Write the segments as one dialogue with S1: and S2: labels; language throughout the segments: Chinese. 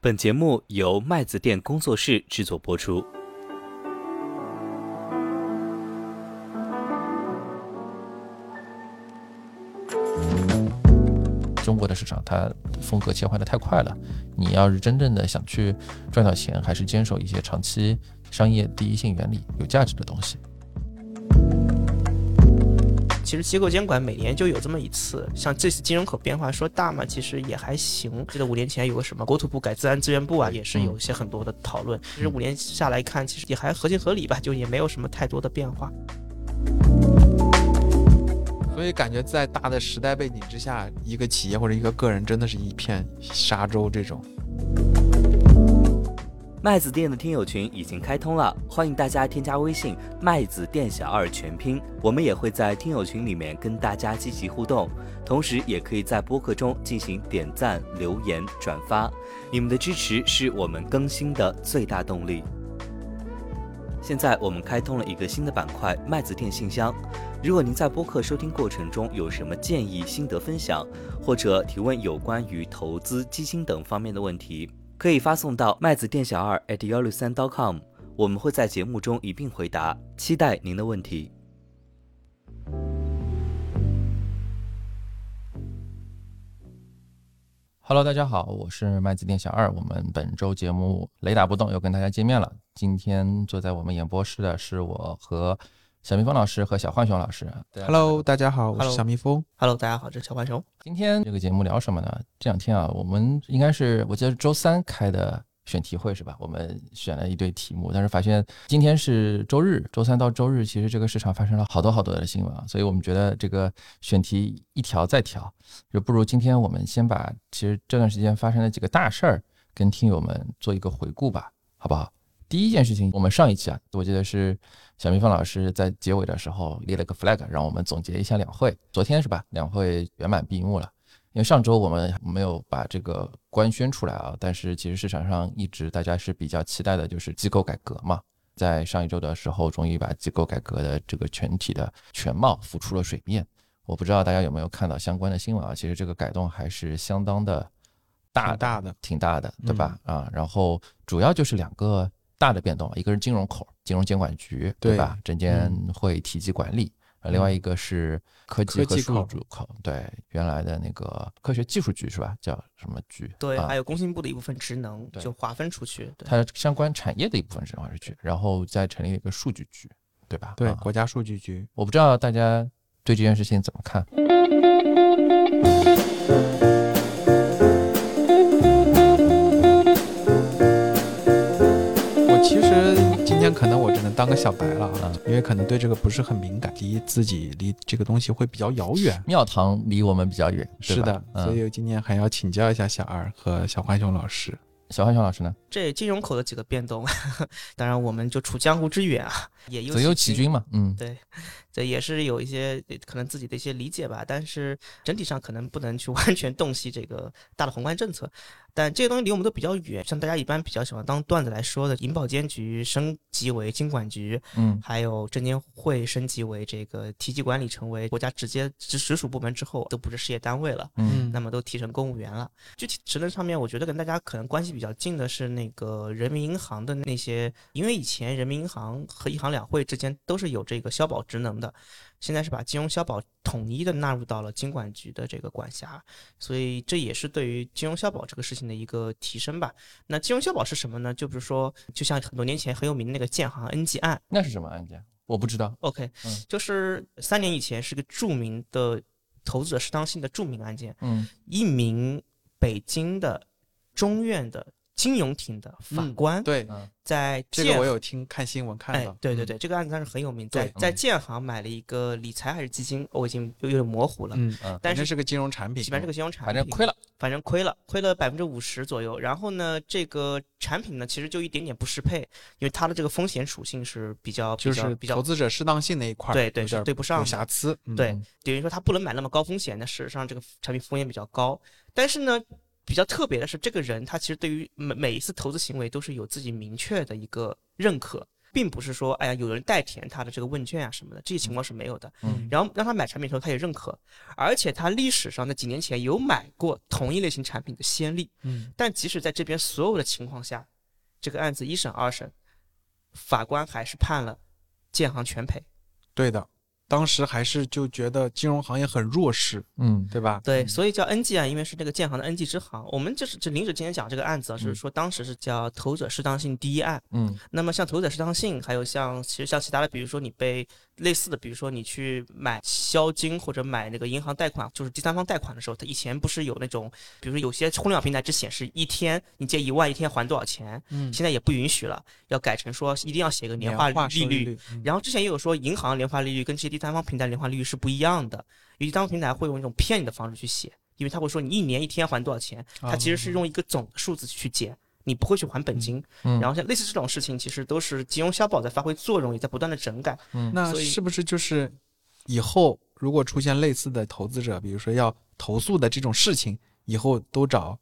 S1: 本节目由麦子店工作室制作播出。
S2: 中国的市场它风格切换的太快了，你要是真正的想去赚到钱，还是坚守一些长期商业第一性原理、有价值的东西。
S3: 其实机构监管每年就有这么一次，像这次金融口变化说大嘛，其实也还行。记得五年前有个什么国土部改自然资源部啊，也是有一些很多的讨论。其实五年下来看，其实也还合情合理吧，就也没有什么太多的变化。
S4: 所以感觉在大的时代背景之下，一个企业或者一个个人真的是一片沙洲这种。
S1: 麦子店的听友群已经开通了，欢迎大家添加微信“麦子店小二”全拼。我们也会在听友群里面跟大家积极互动，同时也可以在播客中进行点赞、留言、转发。你们的支持是我们更新的最大动力。现在我们开通了一个新的板块——麦子店信箱。如果您在播客收听过程中有什么建议、心得分享，或者提问有关于投资、基金等方面的问题，可以发送到麦子店小二 at 幺六三 .com，我们会在节目中一并回答，期待您的问题。
S2: Hello，大家好，我是麦子店小二。我们本周节目雷打不动又跟大家见面了。今天坐在我们演播室的是我和小蜜蜂老师和小浣熊老师。对
S4: Hello，大家好，我是
S3: Hello
S4: 小蜜蜂。
S3: Hello，大家好，这是小浣熊。
S2: 今天这个节目聊什么呢？这两天啊，我们应该是我记得是周三开的选题会是吧？我们选了一堆题目，但是发现今天是周日，周三到周日，其实这个市场发生了好多好多的新闻啊，所以我们觉得这个选题一条再调，就不如今天我们先把其实这段时间发生的几个大事儿跟听友们做一个回顾吧，好不好？第一件事情，我们上一期啊，我记得是小蜜蜂老师在结尾的时候立了个 flag，让我们总结一下两会。昨天是吧？两会圆满闭幕了。因为上周我们没有把这个官宣出来啊，但是其实市场上一直大家是比较期待的，就是机构改革嘛。在上一周的时候，终于把机构改革的这个全体的全貌浮出了水面。我不知道大家有没有看到相关的新闻啊？其实这个改动还是相当的大
S4: 挺大的
S2: 挺大
S4: 嗯
S2: 的，对吧？啊，然后主要就是两个大的变动，啊一个是金融口，金融监管局，对
S4: 对嗯
S2: 吧？证监会体系管理，呃，另外一个是科技
S4: 科
S2: 和
S4: 技
S2: 数
S4: 口
S2: 主口，对，原来的那个科学技术局是吧？叫什么局？
S3: 对，
S2: 啊
S3: 还有工信部的一部分职能
S2: 对
S3: 就划分出去。对，
S2: 它相关产业的一部分是化是局，然后再成立一个数据局，对吧？
S4: 对，
S2: 啊
S4: 国家数据局。
S2: 我不知道大家对这件事情怎么看。
S4: 我其实今天可能我只能当个小白了啊，因为可能对这个不是很敏感，离自己离这个东西会比较遥远。
S2: 庙堂离我们比较远，对
S4: 是
S2: 吧
S4: 的，
S2: 嗯
S4: 所以今天还要请教一下小二和小浣熊老师。
S2: 小浣熊老师呢？
S3: 这金融口的几个变动， 当然我们就处江湖之远啊，也有
S2: 左右齐军嘛，嗯，
S3: 对，这也是有一些呃可能自己的一些理解吧，但是整体上可能不能去 完全洞悉这个大的宏观政策。但这些东西离我们都比较远，像大家一般比较喜欢当段子来说的，银保监局升级为金管局，
S2: 嗯，
S3: 还有证监会升级为这个体系管理成为国家直接直直属部门之后，都不是事业单位了。
S2: 嗯，
S3: 那么都提成公务员了。具体职能上面，我觉得跟大家可能关系比较近的是那个人民银行的那些，因为以前人民银行和一行两会之间都是有这个消保职能的，现在是把金融消保统一的纳入到了金管局的这个管辖，所以这也是对于金融消保这个事情的一个提升吧。那金融消保是什么呢？就比如说，就像很多年前很有名的那个建行 N 级案，
S2: 那是什么案件？我不知道。
S3: OK，、
S2: 嗯
S3: 就是三年以前是个著名的投资者适当性的著名案件，
S2: 嗯，
S3: 一名北京的中院的金融庭的法
S4: 嗯
S3: 官、
S4: 对，
S3: 在
S4: 这
S3: 建
S4: 个我有听看新闻看
S3: 哎
S4: 到。，嗯
S3: 对对对，这个案子当时很有名，在
S2: 对
S3: 在
S2: 嗯
S3: 建行买了一个理财还是基金，我已经有有点模糊了，
S4: 嗯，
S2: 嗯
S3: 但
S4: 反正
S3: 是
S4: 是个金融产品
S3: 基。本上这个金融产品，
S2: 反正亏了。
S3: 反正亏了，亏了百分之五十左右。然后呢，这个产品呢，其实就一点点不适配，因为它的这个风险属性是比较比
S4: 就
S3: 较
S4: 是
S3: 比较
S4: 投资者适当性那一块儿，
S3: 对对
S4: 有
S3: 是
S4: 点
S3: 对不上
S4: 有
S3: 的
S4: 瑕疵，嗯
S3: 对，等于说它不能买那么高风险的，事实上这个产品风险比较高。但是呢，比较特别的是，这个人他其实对于每每一次投资行为都是有自己明确的一个认可，并不是说哎呀有人代填他的这个问卷啊什么的，这些情况是没有的。
S2: 嗯
S3: 然后让他买产品的时候，他也认可，而且他历史上在几年前有买过同一类型产品的先例。
S4: 嗯
S3: 但即使在这边所有的情况下，这个案子一审、二审，法官还是判了建行全赔。
S4: 对的，当时还是就觉得金融行业很弱势，
S2: 嗯，
S4: 对吧？
S3: 对，所以叫 NG 啊，因为是那个建行的 NG 支行。我们就是这林指今天讲这个案子啊，是
S2: 嗯
S3: 说当时是叫投者适当性第一案。
S2: 嗯
S3: 那么像投资者适当性，还有像其实像其他的，比如说你被类似的，比如说你去买销金或者买那个银行贷款，就是第三方贷款的时候，它以前不是有那种，比如说有些互联网平台只显示一天你借一万，一天还多少钱，
S4: 嗯
S3: 现在也不允许了，要改成说一定要写个年化
S4: 化
S3: 利
S4: 收益
S3: 率。
S4: 率，嗯
S3: 然后之前也有说，银行年化利率跟这些第三方平台年化利率是不一样的，因为第三方平台会用一种骗你的方式去写，因为他会说你一年一天还多少钱，它其实是用一个总的数字去减，你不会去还本金。
S2: 嗯，
S3: 然
S2: 后
S3: 后像类似这种事情，其实都是金融消保在发挥作用，也在不断的整改。
S2: 嗯
S4: 那
S3: 所以
S4: 是不是就是以后如果出现类似的投资者，比如说要投诉的这种事情，以后都找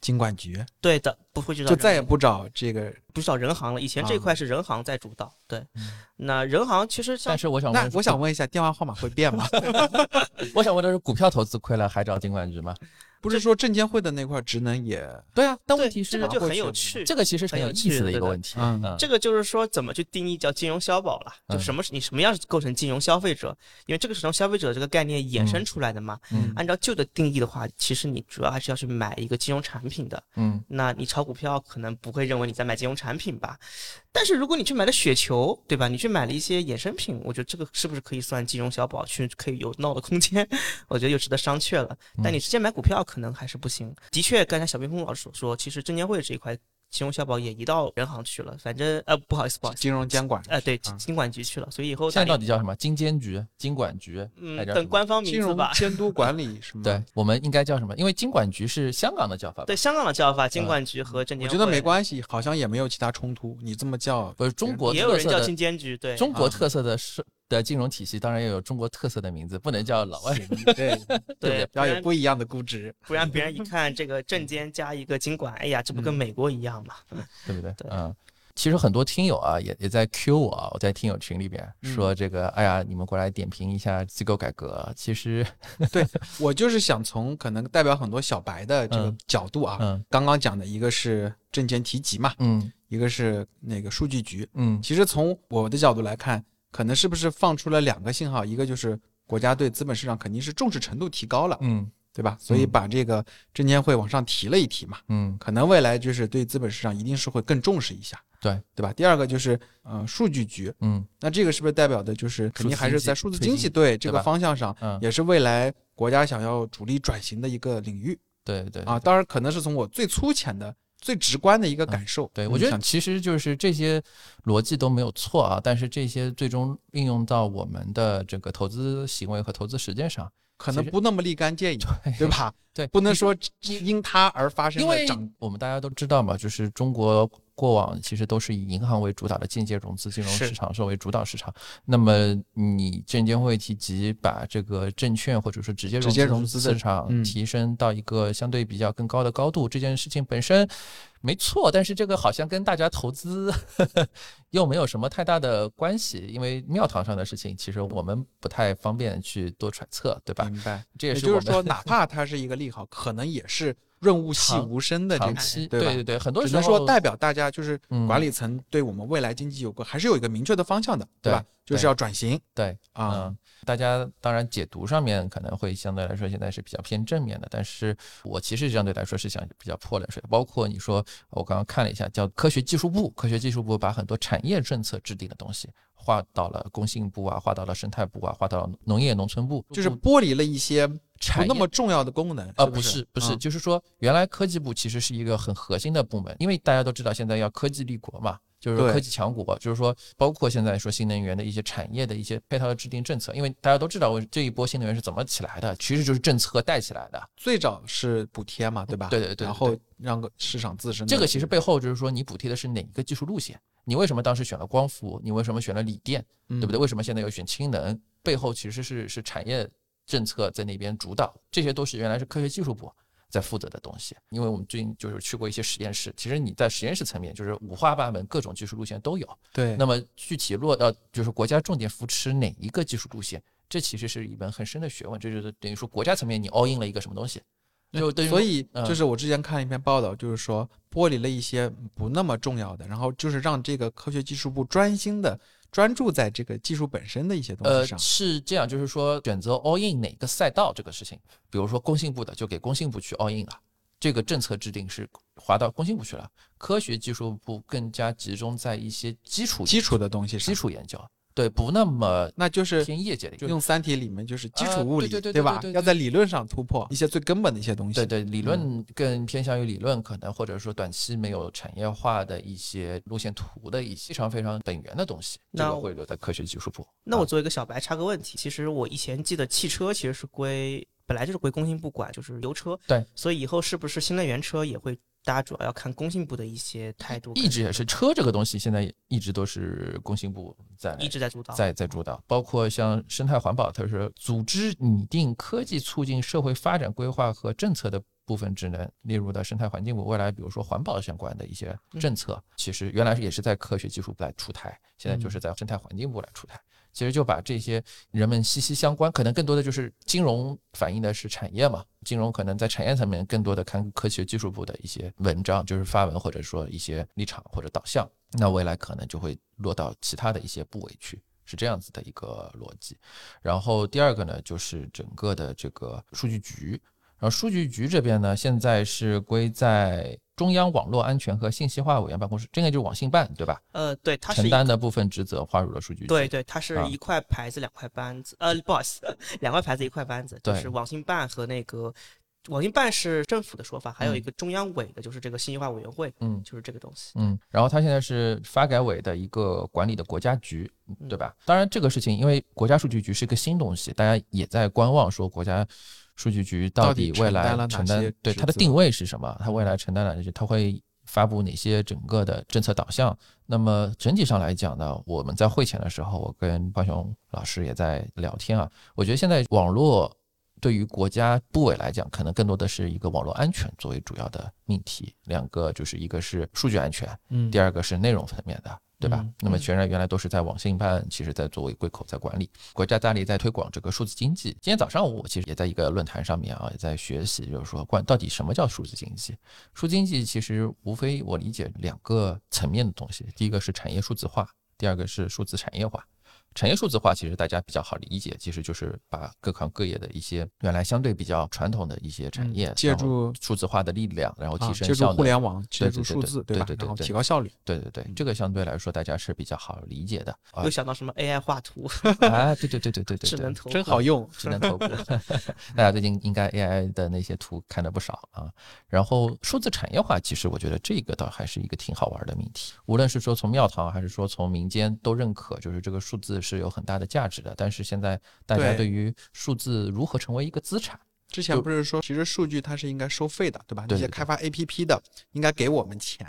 S4: 金管局，
S3: 对的，不会去找
S4: 就再也
S3: 人
S4: 不找这个？
S3: 不去找人行了。以前这
S4: 啊
S3: 块是人行在主导，对
S2: 嗯。
S3: 那人行其实像
S2: 但是我想
S4: 那
S2: 问，
S4: 我想问一下，电话号码会变 吗？
S2: 我想问的是，股票投资亏了还找监管局吗？
S4: 不是说证监会的那块职能也
S2: 对啊，但
S3: 对
S2: 问题
S3: 这
S2: 是
S3: 个就
S4: 过
S3: 很
S4: 去
S3: 有
S4: 了
S3: 趣，
S2: 这个其实是很有意思的一个问题。
S4: 嗯
S2: 嗯，
S3: 这个就是说怎么去定义叫金融消保了，就
S2: 嗯
S3: 什么是你什么样是构成金融消费者？因为这个是从消费者这个概念衍生出来的嘛。
S2: 嗯
S3: 按照旧的定义的话，其实你主要还是要去买一个金融产品的。
S2: 嗯
S3: 那你炒股票可能不会认为你在买金融产品吧？但是如果你去买了雪球，对吧？你去买了一些衍生品，我觉得这个是不是可以算金融小宝去可以有闹的空间？ 我觉得又值得商榷了。但你直接买股票可能还是不行。的确，刚才小冰峰老师所说，其实证监会这一块金融小宝也移到人行去了。反正呃，不好意思，不好意思，
S4: 金融监管。
S3: 呃，对，
S4: 啊
S3: 金管局去了。所以以后
S2: 现在
S3: 打
S2: 到
S3: 理
S2: 底叫什么？金监局、金管局，还
S3: 嗯
S2: 叫什
S3: 等
S2: 么
S3: 官方
S4: 金
S3: 名字
S4: 融
S3: 吧。
S4: 监督管理是吗？
S2: 对，我们应该叫什么？因为金管局是香港的叫法吧，
S3: 对香港的叫法，金管局和证
S4: 嗯我
S3: 监会，
S4: 觉得没关系，好像也没有其他冲突。你这么叫，
S2: 不是中国
S3: 也有
S2: 特
S3: 人
S2: 色
S3: 叫
S2: 的
S3: 金监局，对，
S2: 中国
S4: 啊
S2: 特色的是的金融体系，当然要有中国特色的名字，不能叫老
S3: 啊
S2: 外。
S4: 对，
S3: 对，
S4: 要有
S3: 然
S4: 不一样的估值。
S3: 不然别人一看这个
S2: 嗯
S3: 证监加一个经管，哎呀，这不跟美国一样吗？
S2: 对不对？
S3: 对
S2: 嗯，其实很多听友啊，也也在 Q 我啊，我在听友群里边
S4: 嗯
S2: 说这个，哎呀，你们过来点评一下机构改革。啊其实，
S4: 我就是想从可能代表很多小白的这个
S2: 嗯
S4: 角度啊，
S2: 嗯
S4: 刚刚讲的一个是证监提及嘛，
S2: 嗯
S4: 一个是那个数据局。
S2: 嗯
S4: 其实从我的角度来看，可能是不是放出了两个信号，一个就是国家对资本市场肯定是重视程度提高了，
S2: 嗯
S4: 对吧？所以把这个证监会往上提了一提嘛，
S2: 嗯
S4: 可能未来就是对资本市场一定是会更重视一下，
S2: 对
S4: 对吧？第二个就是呃数据局，
S2: 嗯
S4: 那这个是不是代表的就是肯定还是在数字经济对这
S2: 对
S4: 个
S2: 吧
S4: 方向上，
S2: 嗯，
S4: 也是未来国家想要主力转型的一个领域
S2: 对对
S4: 啊？当然，可能是从我最粗浅的、最直观的一个感受。
S2: 对，
S4: 嗯
S2: 我觉得
S4: 想
S2: 其实就是这些逻辑都没有错啊，但是这些最终应用到我们的这个投资行为和投资实践上，
S4: 可能
S2: 其实
S4: 不那么立竿见影，对吧？
S2: 对
S4: 不能说因它而发生
S2: 因
S4: 的
S2: 为
S4: 涨。
S2: 我们大家都知道嘛，就是中国过往其实都是以银行为主导的间接融资金融
S3: 是
S2: 市场作为主导市场。那么你证监会提及把这个证券或者说直接
S4: 直接融
S2: 融
S4: 资
S2: 资
S4: 的
S2: 市场
S4: 嗯
S2: 提升到一个相对比较更高的高度，这件事情本身没错，但是这个好像跟大家投资 又没有什么太大的关系，因为庙堂上的事情其实我们不太方便去多揣测，对吧？
S4: 明白，
S2: 这
S4: 嗯也
S2: 也是
S4: 就
S2: 我
S4: 是说，
S2: 们
S4: 哪怕它是一个利好，可能也是润物细
S2: 长
S4: 无声的这
S2: 长
S4: 个，
S2: 期
S4: 对吧
S2: 对？对，很多
S4: 只
S2: 时
S4: 能
S2: 候
S4: 说代表大家就是
S2: 嗯
S4: 管理层对我们未来经济有个还是有一个明确的方向的，
S2: 对
S4: 吧？就是
S2: 对
S4: 要转型
S2: 对
S4: 啊，
S2: 嗯，大家当然解读上面可能会相对来说现在是比较偏正面的，但是我其实相对来说是想比较泼冷水的。包括你说，呃我刚刚看了一下，叫科学技术部，科学技术部把很多产业政策制定的东西划到了工信部啊，划到了生态部啊，划到了农业农村部，
S4: 就是剥离了一些不
S2: 产
S4: 那
S2: 业
S4: 么重要的功能
S2: 啊，
S4: 不
S2: 不是不
S4: 啊
S2: 是，就是说原来科技部其实是一个很核心的部门，因为大家都知道现在要科技立国嘛，就是说
S4: 对
S2: 科技强国，就是说包括现在说新能源的一些产业的一些配套的制定政策，因为大家都知道我这一波新能源是怎么起来的，其实就是政策带起来的。
S4: 最早是补贴嘛，对吧？
S2: 对对对对
S4: 然后让个市场自身的
S2: 这个其实背后就是说你补贴的是哪一个技术路线，你为什么当时选了光伏，你为什么选了锂电，
S4: 对
S2: 对不对？？为什么现在又选氢能？背后其实是是产业政策在那边主导，这些都是原来是科学技术部。在负责的东西。因为我们最近就是去过一些实验室，其实你在实验室层面就是五花八门，各种技术路线都有。
S4: 对，
S2: 那么具体落到就是国家重点扶持哪一个技术路线，这其实是一门很深的学问。这就是等于说国家层面你 all in 了一个什么东西，就等于
S4: 所以
S2: 嗯
S4: 就是我之前看了一篇报道，就是说剥离了一些不那么重要的，然后就是让这个科学技术部专心的专注在这个技术本身的一些东
S2: 呃
S4: 西上。
S2: 是这样，就是说选择 all in 哪个赛道这个事情，比如说工信部的就给工信部去 all in 了，这个政策制定是划到工信部去了，科学技术部更加集中在一些基础
S4: 基础的东西上
S2: 基，础研究，对，不那么
S4: 那就是
S2: 偏业界的一个。
S4: 用《三体》里面就是基础
S2: 呃
S4: 物
S2: 对
S4: 理，
S2: 对对对
S4: 吧
S2: 对对？对
S4: 要在理论上突破一些最根本的一些东西。
S2: 对对，理
S4: 嗯
S2: 论更偏向于理论，可能或者说短期没有产业化的一些路线图的一些非常非常本源的东西，这
S3: 那
S2: 个
S3: 我
S2: 会留在科学技术部。
S3: 那我
S2: 啊
S3: 作为一个小白插个问题，其实我以前记得汽车其实是归本来就是归工信部管，就是油车。
S2: 对，
S3: 所以以后是不是新能源车也会，大家主要要看工信部的一些态度跟，
S2: 一直也是车这个东西，现在一直都是工信部在
S3: 一直在主导。
S2: 在在主导，包括像生态环保，它是组织拟定科技促进社会发展规划和政策的部分职能列入到生态环境部。未来比如说环保相关的一些政策，其实原来也是在科学技术部来出台，现在就是在生态环境部来出台。其实就把这些人们息息相关，可能更多的就是金融反映的是产业嘛，金融可能在产业层面更多的看科学技术部的一些文章，就是发文或者说一些立场或者导向，那未来可能就会落到其他的一些部委去，是这样子的一个逻辑。然后第二个呢，就是整个的这个数据局，然后数据局这边呢，现在是归在中央网络安全和信息化委员办公室，这个就是网信办对吧？
S3: 呃，对，它是
S2: 承
S3: 一
S2: 担的部分职责划入了数据局。
S3: 对对，它是
S2: 啊
S3: 一块牌子两块扳子，呃，不好意思，两块牌子一块扳子，就
S2: 对
S3: 是网信办和那个网信办是政府的说法，还有一
S2: 嗯
S3: 个中央委的，就是这个信息化委员会，
S2: 嗯，
S3: 就是这个东西。
S2: 嗯，然后它现在是发改委的一个管理的国家局，
S3: 嗯
S2: 对吧？当然，这个事情因为国家数据局是个新东西，大家也在观望，说国家数据局到底
S4: 到底
S2: 未
S4: 承
S2: 来
S4: 担了哪
S2: 承担
S4: 些
S2: 对
S4: 职
S2: 它的
S4: 责
S2: 定位是什么，它未来承担了哪些，它会发布哪些整个的政策导向。那么整体上来讲呢，我们在会前的时候，我跟方雄老师也在聊天啊，我觉得现在网络对于国家部委来讲，可能更多的是一个网络安全作为主要的命题。两个就是一个是数据安全，
S4: 嗯
S2: 第二个是内容层面的，对吧？
S4: 嗯
S2: 那么
S3: 嗯
S2: 全然原来都是在网信办，其实在作为归口在管理，国家大力在推广这个数字经济。今天早上我其实也在一个论坛上面啊，也在学习，就是说关到底什么叫数字经济？数字经济其实无非我理解两个层面的东西，第一个是产业数字化，第二个是数字产业化。产业数字化其实大家比较好理解，其实就是把各行各业的一些原来相对比较传统的一些产
S4: 嗯
S2: 业，
S4: 借
S2: 然后
S4: 助
S2: 数字化的力量，然后
S4: 啊，
S2: 提
S4: 借
S2: 升效
S4: 助
S2: 能。
S4: 互联网，
S2: 对
S4: 借
S2: 对
S4: 助
S2: 对
S4: 数
S2: 对
S4: 字，
S2: 对
S4: 吧
S2: 对？对
S4: 然后
S2: 对
S4: 提高效率。
S2: 对对对，这个相对来说大家是比较好理解的啊
S3: 又想到什么 AI 画图、
S2: 啊，对对对对对对，
S3: 智能
S2: 对
S3: 投
S4: 真
S3: 合
S4: 好用，
S2: 智能头部，大家最近应该 AI 的那些图看的不少啊。然后数字产业化，其实我觉得这个倒还是一个挺好玩的命题。无论是说从庙堂还是说从民间都认可，就是这个数字是有很大的价值的。但是现在大家
S4: 对
S2: 对于数字如何成为一个资产，
S4: 之前不是说，其实数据它是应该收费的，对吧？
S2: 对
S4: 那些
S2: 对对
S4: 开发 APP 的应该给我们钱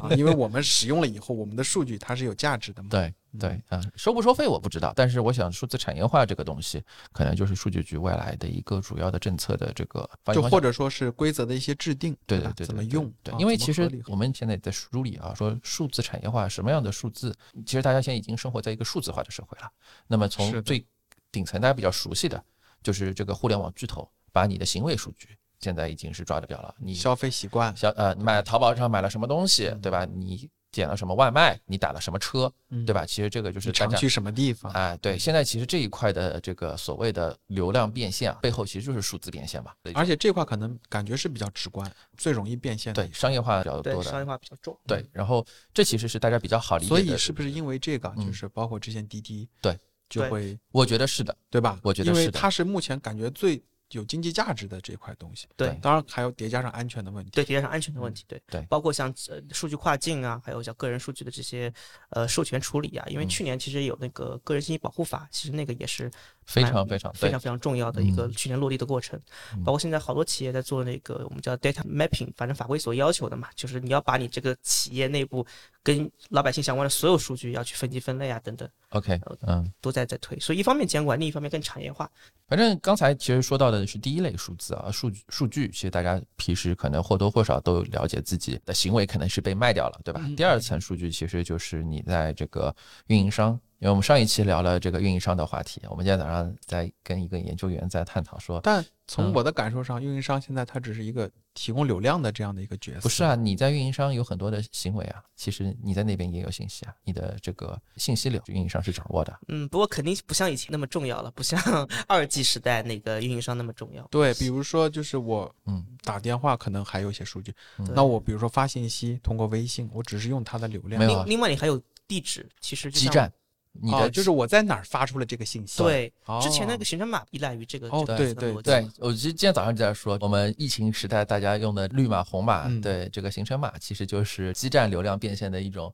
S4: 啊，因为我们使用了以后，我们的数据它是有价值的嘛。嗯
S2: 对对啊，收不收费我不知道，但是我想数字产业化这个东西，可能就是数据局未来的一个主要的政策的这个发展方
S4: 就
S2: 向
S4: 或者说是规则的一些制定，
S2: 对
S4: 吧？
S2: 对，
S4: 怎么
S2: 对
S4: 用？
S2: 对，
S4: 啊
S2: 因为
S4: 怎么
S2: 其
S4: 合
S2: 实
S4: 理化
S2: 我们现在也在梳理啊，说数字产业化什么样的数字，其实大家现在已经生活在一个数字化的社会了。那么
S4: 是
S2: 从
S4: 的
S2: 最顶层大家比较熟悉的，就是这个互联网巨头把你的行为数据现在已经是抓得表了，你
S4: 消费习惯，
S2: 小呃，你买淘宝上买了什么东西，对吧？你点了什么外卖，你打了什么车，对吧？其实这个嗯就是
S4: 你
S2: 大
S4: 常
S2: 家
S4: 去什么地方？
S2: 哎，对，现在其实这一块的这个所谓的流量变现啊，背后其实就是数字变现嘛。
S4: 而且这块可能感觉是比较直观，最容易变现的
S2: 对，商业化比较
S3: 对
S2: 多
S3: 商业
S2: 的，
S3: 化比较重。
S2: 对。然后这其实是大家比较好理解
S4: 嗯所
S2: 的。
S4: 以是不是因为这个，
S2: 嗯
S4: 就是包括之前滴滴
S2: 对
S4: 就
S3: 对
S4: 会
S2: 我觉得是的，
S4: 对吧？
S2: 我觉得
S4: 因为
S2: 是的
S4: 它是目前感觉最有经济价值的这块东西。
S3: 对
S4: 当然还有叠加上安全的问题。
S3: 对，叠加上安全的问题，对
S2: 嗯对
S3: 包括像呃数据跨境啊，还有像个人数据的
S2: 嗯
S3: 这些呃授权处理啊，因为去年其实有那个个人信息保护法，其实那个也是
S2: 非
S3: 蛮
S2: 常非常
S3: 非
S2: 对
S3: 常非常重要的一个
S2: 嗯
S3: 去年落地的过程，
S2: 嗯
S3: 包括现在好多企业在做那个我们叫 data mapping，反正法规所要求的嘛，就是你要把你这个企业内部跟老百姓相关的所有数据要去分级分类啊等等，
S2: OK，嗯，
S3: 都在在推。所以一方面监管，另一方面更产业化。
S2: 反正刚才其实说到的是第一类数字啊，数据数据，其实大家平时可能或多或少都有了解自己的行为可能是被卖掉了，对吧？
S4: 嗯
S2: 第二层数据其实就是你在这个运营商，因为我们上一期聊了这个运营商的话题，我们今天早上在跟一个研究员在探讨说，
S4: 但从
S2: 嗯
S4: 我的感受上，运营商现在它只是一个提供流量的这样的一个角色。
S2: 不是啊，你在运营商有很多的行为啊，其实你在那边也有信息啊，你的这个信息流运营商是掌握的。
S3: 嗯，不过肯定不像以前那么重要了，不像 二 G 时代那个运营商那么重要。
S4: 对，比如说就是我，
S2: 嗯，
S4: 打电话可能还有一些数据，
S2: 嗯
S4: 那我比如说发信息，通过微信，我只是用它的流量，
S2: 没有啊
S3: 另另外你还有地址，其实就
S2: 基
S3: 像
S2: 站，你的、
S4: 哦，就是我在哪儿发出了这个信息，，
S3: 对
S4: 哦、
S3: 之前那个行程码依赖于这个
S4: 哦
S3: 这个这
S4: 对
S3: 个
S4: 对
S3: 逻辑
S2: 对
S3: 嘛，
S2: 我其实今天早上就在说，我们疫情时代大家用的绿码、红码，
S4: 嗯
S2: 对这个行程码，其实就是基站流量变现的一种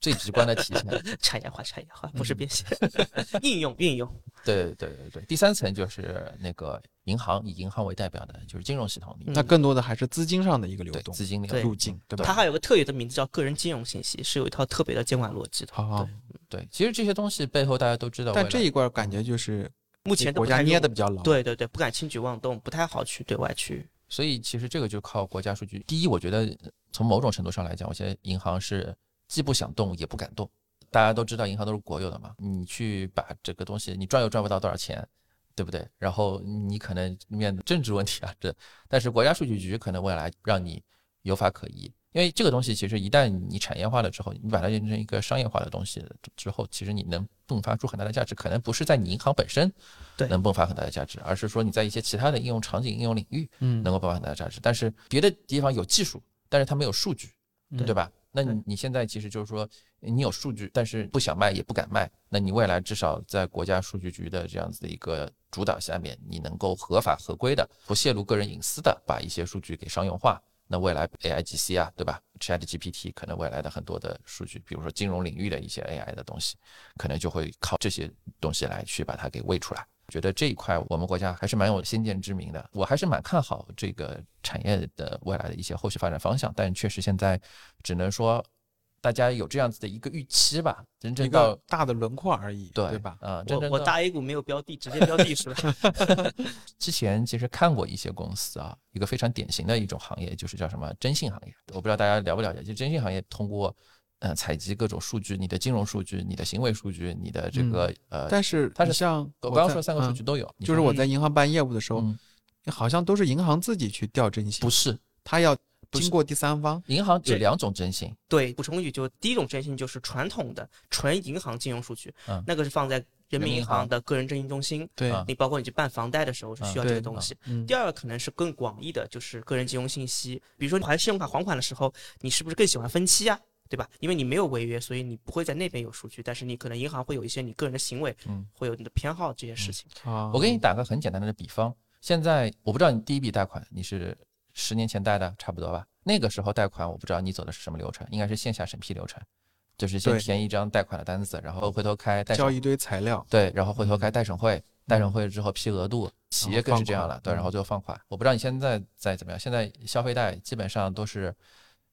S2: 最直观的体 现。
S3: 产业化，产业化不
S4: 嗯
S3: 是变现， 应用运用。
S2: 对对对对，第三层就是那个银行，以银行为代表的，就是金融系统里面
S4: 嗯那更多的还是资金上的一个流
S2: 对
S4: 动
S2: 资金流
S3: 对
S4: 路径，对
S3: 它
S4: 吧？
S3: 还有个特有的名字叫个人金融信息，是有一套特别的监管逻辑的。
S4: 好好，
S2: 对，其实这些东西背后大家都知道未来。
S4: 嗯
S2: 嗯
S4: 但这一块儿感觉就是
S3: 目前都
S4: 国
S3: 不
S4: 家
S3: 太
S4: 捏
S3: 用
S4: 的比较牢，，
S3: 对对对，不敢轻举妄动，不太好去对外去。
S2: 所以其实这个就靠国家数据。第一，我觉得呃从某种程度上来讲，我现在银行是既不想动也不敢动。大家都知道银行都是国有的嘛，你去把这个东西你赚又赚不到多少钱，对不对？然后你可能面对政治问题啊，这但是国家数据局可能未来让你有法可依，因为这个东西其实一旦你产业化了之后，你把它变成一个商业化的东西之后，其实你能迸发出很大的价值，可能不是在你银行本身
S3: 对
S2: 能迸发很大的价值，而是说你在一些其他的应用场景、应用领域
S4: 嗯
S2: 能够爆发很大的价值。但是别的地方有技术，但是它没有数据，
S4: 嗯
S2: 对吧？那
S3: 对
S2: 你你现在其实就是说，你有数据，但是不想卖也不敢卖。那你未来至少在国家数据局的这样子的一个主导下面，你能够合法合规的、不泄露个人隐私的把一些数据给商用化。那未来 AIGC 啊，对吧？ChatGPT 可能未来的很多的数据，比如说金融领域的一些 AI 的东西，可能就会靠这些东西来去把它给喂出来。觉得这一块我们国家还是蛮有先见之明的，我还是蛮看好这个产业的未来的一些后续发展方向。但确实现在只能说大家有这样子的一个预期吧，真
S4: 一
S2: 正到
S4: 个大的轮廓而已，
S2: 对
S4: 对吧？
S2: 啊、真
S3: 我
S2: 正
S3: 我
S2: 到
S3: 大 A 股没有标的，直接标的出来。
S2: 之前其实看过一些公司啊，一个非常典型的一种行业就是叫什么征信行业，我不知道大家了不了解，就征信行业通过。呃，采集各种数据，你的金融数据、你的行为数据、你的这个、呃，
S4: 但是
S2: 它是
S4: 你像
S2: 我刚刚
S4: 嗯在
S2: 说三个数据
S4: 嗯
S2: 都有，你
S4: 就是
S2: 说
S4: 我在银行办业务的时候，
S2: 嗯
S4: 好像都是银行自己去调征信
S2: 不，是
S4: 他要
S2: 不是
S4: 经过第三方，
S2: 银行有
S3: 这
S2: 两种征信，
S3: 对，补充一句，就第一种征信就是传统的纯银行金融数据，
S2: 嗯
S3: 那个是放在人
S2: 民
S3: 民
S2: 银
S3: 银行
S2: 行
S3: 的个人征信中心，
S4: 对
S2: 啊
S3: 你包括你去办房贷的时候是需
S2: 嗯
S3: 要这
S4: 对
S3: 个东西。
S4: 嗯
S3: 第二个可能是更广义的，就是个人金融信息，比如说你还信用卡还款的时候，你是不是更喜欢分期啊？对吧？因为你没有违约，所以你不会在那边有数据，但是你可能银行会有一些你个人的行为，
S2: 嗯
S3: 会有你的偏好这些事情。
S4: 啊，
S2: 我给你打个很简单的比方，现在我不知道你第一笔贷款你是十年前贷的，差不多吧？那个时候贷款我不知道你走的是什么流程，应该是线下审批流程，就是先
S4: 对
S2: 填一张贷款的单子，然后回头开贷
S4: 交
S2: 审
S4: 一堆材料，
S2: 对，然后回头
S4: 嗯
S2: 开贷审会，贷审会之后批额度，企业更是这样了，
S4: 然后放款
S2: 对，然后最后放款。我不知道你现在在怎么样，现在消费贷基本上都是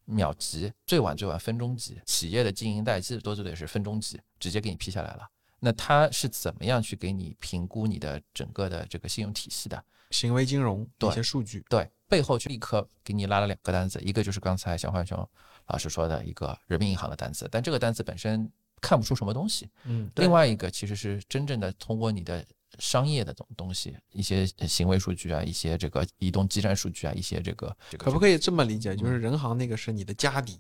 S2: 秒级，最晚最晚分钟级，企业的经营贷基本都是得是分钟级，直接给你批下来了。那他是怎么样去给你评估你的整个的这个信用体系的？
S4: 行为金融
S2: 对
S4: 一些数据，
S2: 对，背后去立刻给你拉了两个单子，一个就是刚才小浣熊老师说的一个人民银行的单子，但这个单子本身看不出什么东西。
S4: 嗯，
S2: 另外一个其实是真正的通过你的商业的东东西，一些行为数据啊，一些这个移动基站数据啊，一些这个这
S4: 可
S2: 个
S4: 不可以这么理解？就是人行那个是你的家底，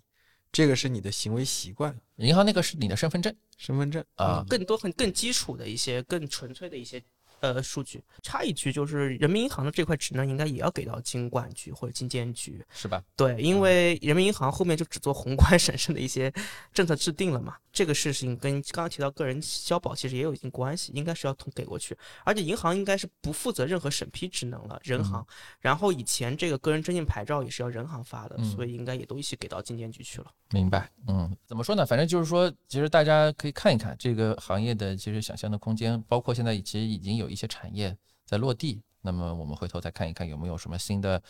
S4: 这个是你的行为习惯、
S2: 银行那个是你的身份证
S4: 身份证
S2: 啊，
S3: 更多很更基础的一些、更纯粹的一些呃数据。插一句，就是人民银行的这块职能应该也要给到经管局或者金监局，
S2: 是吧？
S3: 对，因为人民银行后面就只做宏观 审慎的一些政策制定了嘛，这个事情跟刚刚提到个人消保其实也有一定关系，应该是要通给过去，而且银行应该是不负责任何审批职能了，人
S2: 嗯
S3: 行。然后以前这个个人征信牌照也是要人行发的，
S2: 嗯
S3: 所以应该也都一起给到金监局 去了。
S2: 明白，嗯，怎么说呢？反正就是说，其实大家可以看一看这个行业的其实想象的空间，包括现在其实已经有一些产业在落地，那么我们回头再看一看有没有什么新的。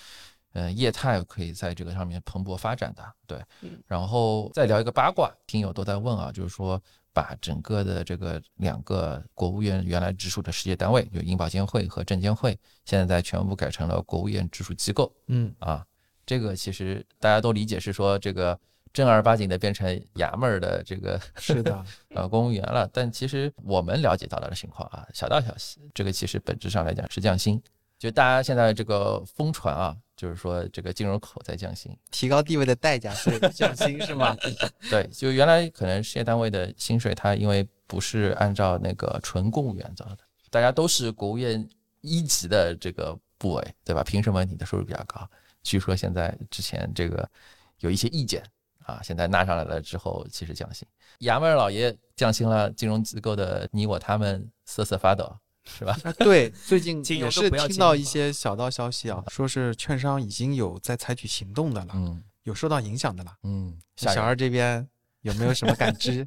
S2: 呃，业态可以在这个上面蓬勃发展的，对
S3: 嗯。
S2: 然后再聊一个八卦，听友都在问啊，就是说把整个的这个两个国务院原来直属的事业单位，就银保监会和证监会，现在全部改成了国务院直属机构。
S4: 嗯，
S2: 啊，这个其实大家都理解是说这个正儿八经的变成衙门儿的这个
S4: 是的，
S2: 呃公务员了，但其实我们了解到的情况啊，小道消息，这个其实本质上来讲是降薪，就大家现在这个疯传啊，就是说这个进入口在降薪，
S4: 提高地位的代价是降薪是吗？
S2: 对，就原来可能事业单位的薪水，它因为不是按照那个纯公务员走的，大家都是国务院一级的这个部委，对吧？凭什么你的收入比较高？据说现在之前这个有一些意见啊，现在纳上来了之后，其实降薪，衙门老爷降薪了，金融机构的你我他们瑟瑟发抖，是吧？
S4: 啊，对，最近
S3: 金
S4: 也
S3: 融都
S4: 是
S3: 不要
S4: 听
S3: 金
S4: 到
S3: 融
S4: 一
S3: 化
S4: 些小道消息啊，说是券商已经有在采取行动的了，
S2: 嗯
S4: 有受到影响的了。
S2: 嗯，吓
S4: 小
S2: 人
S4: 二这边有没有什么感知？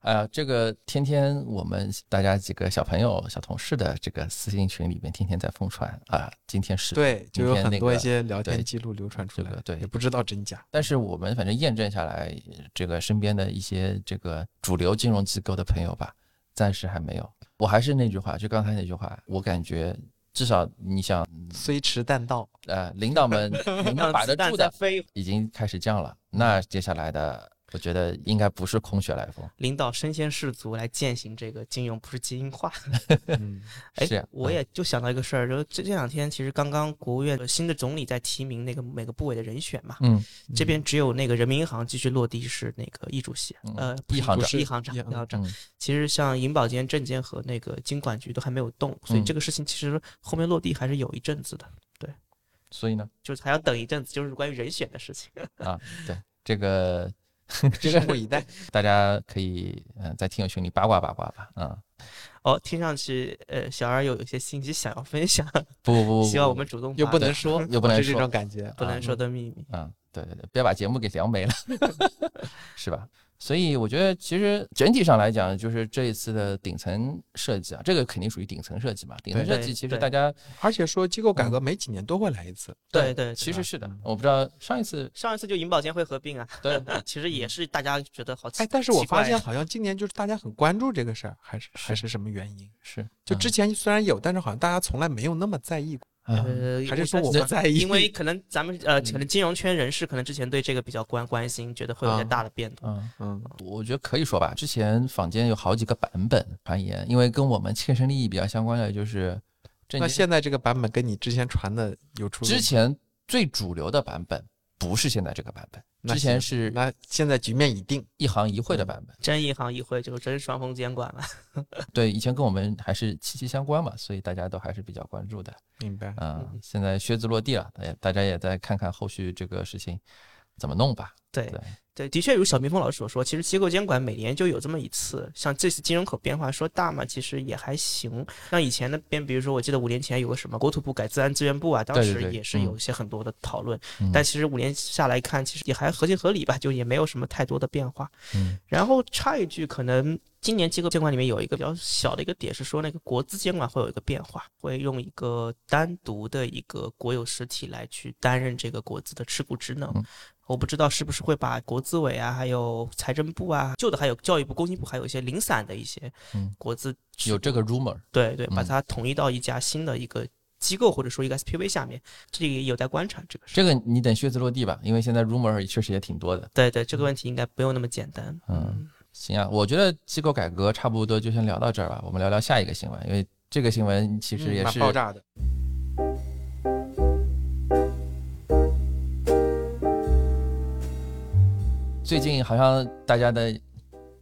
S2: 啊、这个天天我们大家几个小朋友、小同事的这个私信群里面，天天在疯传啊，今天是
S4: 对，就有
S2: 明天
S4: 很
S2: 那
S4: 多一
S2: 个
S4: 些聊
S2: 对
S4: 天记录流传出
S2: 这个
S4: 来，
S2: 对
S4: 也不知道真假。
S2: 但是我们反正验证下来，呃这个身边的一些这个主流金融机构的朋友吧，暂时还没有。我还是那句话，就刚才那句话，我感觉至少你想，
S4: 虽迟但 到，
S2: 呃，领导们能
S3: 让
S2: 把
S3: 子
S2: 得
S3: 弹
S2: 住
S3: 在
S2: 的
S3: 飞，
S2: 已经开始降了，那接下来的我觉得应该不是空穴来风。
S3: 领导身先士卒来践行这个金融不是精英化。
S4: 嗯，
S3: 哎
S2: 是呀，
S3: 我
S2: 嗯
S3: 也就想到一个事儿，就这这两天其实刚刚国务院新的总理在提名那个每个部委的人选嘛，
S2: 嗯，
S3: 这边只有那个人民银行继续落地是那个易主席，
S2: 嗯
S3: 呃，
S2: 易行
S3: 不
S2: 长
S3: 是易行长，
S4: 易
S3: 易
S4: 行
S3: 行长。
S2: 嗯
S3: 其实像银保监、证监和那个金管局都还没有动，所以
S2: 嗯
S3: 这个事情其实后面落地还是有一阵子的，
S2: 所以呢，
S3: 就是还要等一阵子，就是关于人选的事情。
S2: 啊，对这个
S4: 拭目以待。
S2: 大家可以嗯、呃在听友群里八卦八卦吧，啊、
S3: 哦，听上去呃，小二有一些信息想要分享，
S2: 不不不不，
S3: 希望
S2: 不
S3: 我们主动
S4: 又
S3: 发
S4: 不
S3: 表
S4: 能啊说，
S2: 又不能
S4: 就这
S2: 说
S4: 种感觉。
S3: 不能说的秘密。
S2: 嗯，对对对，别把节目给聊没了， 是吧？所以我觉得，其实整体上来讲，就是这一次的顶层设计啊，这个肯定属于顶层设计嘛。顶层设计
S3: 对
S2: 其实
S3: 对
S2: 大家
S4: 而且说机构改革每几年都会来一次，
S3: 对对，
S2: 其
S3: 对
S2: 实是的，我不知道上一次
S3: 上一次就银保监会合并啊，
S2: 对
S3: 其实也是大家觉得好奇。
S4: 哎，但是我
S3: 奇
S4: 发
S3: 怪
S4: 现好像今年就是大家很关注这个事儿，还是还是什么原因？
S2: 是
S4: 就之前虽然有，但是好像大家从来没有那么在意过，
S2: 嗯
S3: 呃，
S4: 还是
S3: 我
S4: 说
S3: 觉
S4: 我
S3: 得
S4: 不在意？
S3: 因 为可能咱们呃，可能金融圈人士可能之前对这个比较关关心，觉得会有一些
S4: 啊
S3: 大的变动。
S2: 嗯，
S4: 嗯，
S2: 我觉得可以说吧。之前坊间有好几个版本传言，因为跟我们切身利益比较相关的就是证
S4: 那
S2: 监
S4: 现在这个版本跟你之前传的有出入吗
S2: 之前最主流的版本不是现在这个版本，
S4: 那
S2: 之前
S4: 行
S2: 是
S4: 那嗯现在局面已定，
S2: 一行一会的版本。
S3: 真一行一会就是真双峰监管了，
S2: 对，以前跟我们还是息息相关嘛，所以大家都还是比较关注的
S4: 明白？
S2: 啊、
S3: 嗯
S2: 现在靴子落地了，大家大家也在看看后续这个事情怎么弄吧。
S3: 对
S2: 对，
S3: 对，的确如小蜜蜂老师所说，其实机构监管每年就有这么一次。像这次金融口变化说大嘛，其实也还行。像以前那边，比如说我记得五年前有个什么国土部改自然资源部啊，当
S2: 对对
S3: 时
S2: 对
S3: 也是
S2: 嗯
S3: 有一些很多的讨论。
S2: 嗯
S3: 但其实五年下来看，其实也还合情合理吧，就也没有什么太多的变化。
S2: 嗯
S3: 然后插一句，可能今年机构监管里面有一个比较小的一个点是说，那个国资监管会有一个变化，会用一个单独的一个国有实体来去担任这个国资的持股职能
S2: 嗯。
S3: 我不知道是不是会把国资委啊，还有财政部啊，旧的还有教育部、工信部，还有一些零散的一些
S2: 嗯
S3: 国资持
S2: 有
S3: 股
S2: 这个 rumor，
S3: 对对，把
S2: 嗯
S3: 它统一到一家新的一个机构或者说一个 SPV 下面，这里也有待观察这个事。
S2: 这个你等靴子落地吧，因为现在 rumor 确实也挺多的。
S3: 对对，这个
S4: 嗯
S3: 问题应该不用那么简单。
S2: 嗯，行啊，我觉得机构改革差不多就先聊到这儿吧，我们聊聊下一个新闻，因为这个新闻其实
S4: 嗯
S2: 也
S4: 蛮
S2: 是、
S4: 爆炸的。
S2: 最近好像大家的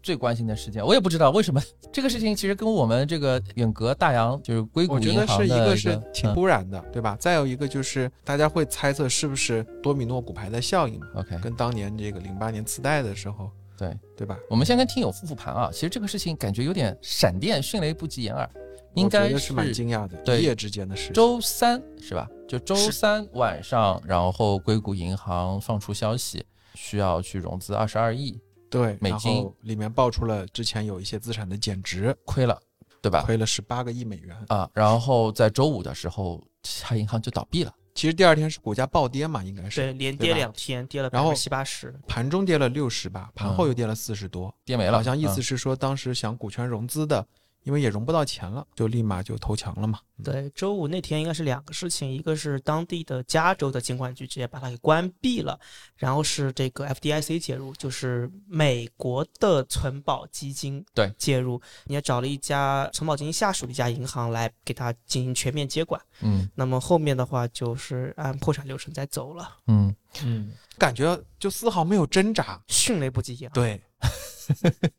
S2: 最关心的事件。我也不知道为什么 这个事情其实跟我们这个远隔大洋，就是硅
S4: 我
S2: 谷
S4: 觉
S2: 银
S4: 得
S2: 行的
S4: 是一
S2: 个
S4: 个是挺
S2: 嗯
S4: 突然的，对吧？再有一个就是大家会猜测是不是多米诺骨牌的效应嘛，
S2: OK。
S4: 跟当年这个零八年次贷的时候，
S2: 对
S4: 对吧？
S2: 我们先跟听友复复盘啊，其实这个事情感觉有点闪电，迅雷不及掩耳，应
S4: 我觉
S2: 该
S4: 得是蛮惊讶的，
S2: 对
S4: 一夜之间的事情。
S2: 周三是吧？就周
S3: 是
S2: 三晚上，然后硅谷银行放出消息，需要去融资二十二亿，
S4: 对，
S2: 美
S4: 然
S2: 金
S4: 后里面爆出了之前有一些资产的减值，
S2: 亏了，对吧？
S4: 亏了十八个亿美元。
S2: 啊，然后在周五的时候，这家银行就倒闭了。
S4: 其实第二天是股价暴跌嘛，应该是
S3: 对，连
S4: 对
S3: 跌
S4: 吧
S3: 两天，跌了百
S4: 然
S3: 分
S4: 后
S3: 之七八十，
S4: 盘中跌了六十吧，盘后又跌了四十多，
S2: 跌嗯没了，
S4: 好像意
S2: 嗯
S4: 思是说当时想股权融资的，因为也融不到钱了，就立马就投降了嘛。
S3: 对，周五那天应该是两个事情，一个是当地的加州的监管局直接把它给关闭了，然后是这个 FDIC 介入，就是美国的存保基金
S2: 对
S3: 介入，你也找了一家存保基金下属的一家银行来给它进行全面接管。
S2: 嗯
S3: 那么后面的话就是按破产流程再走了，
S2: 嗯，
S4: 嗯，感觉就丝毫没有挣扎。
S3: 迅雷不及掩耳。
S4: 对，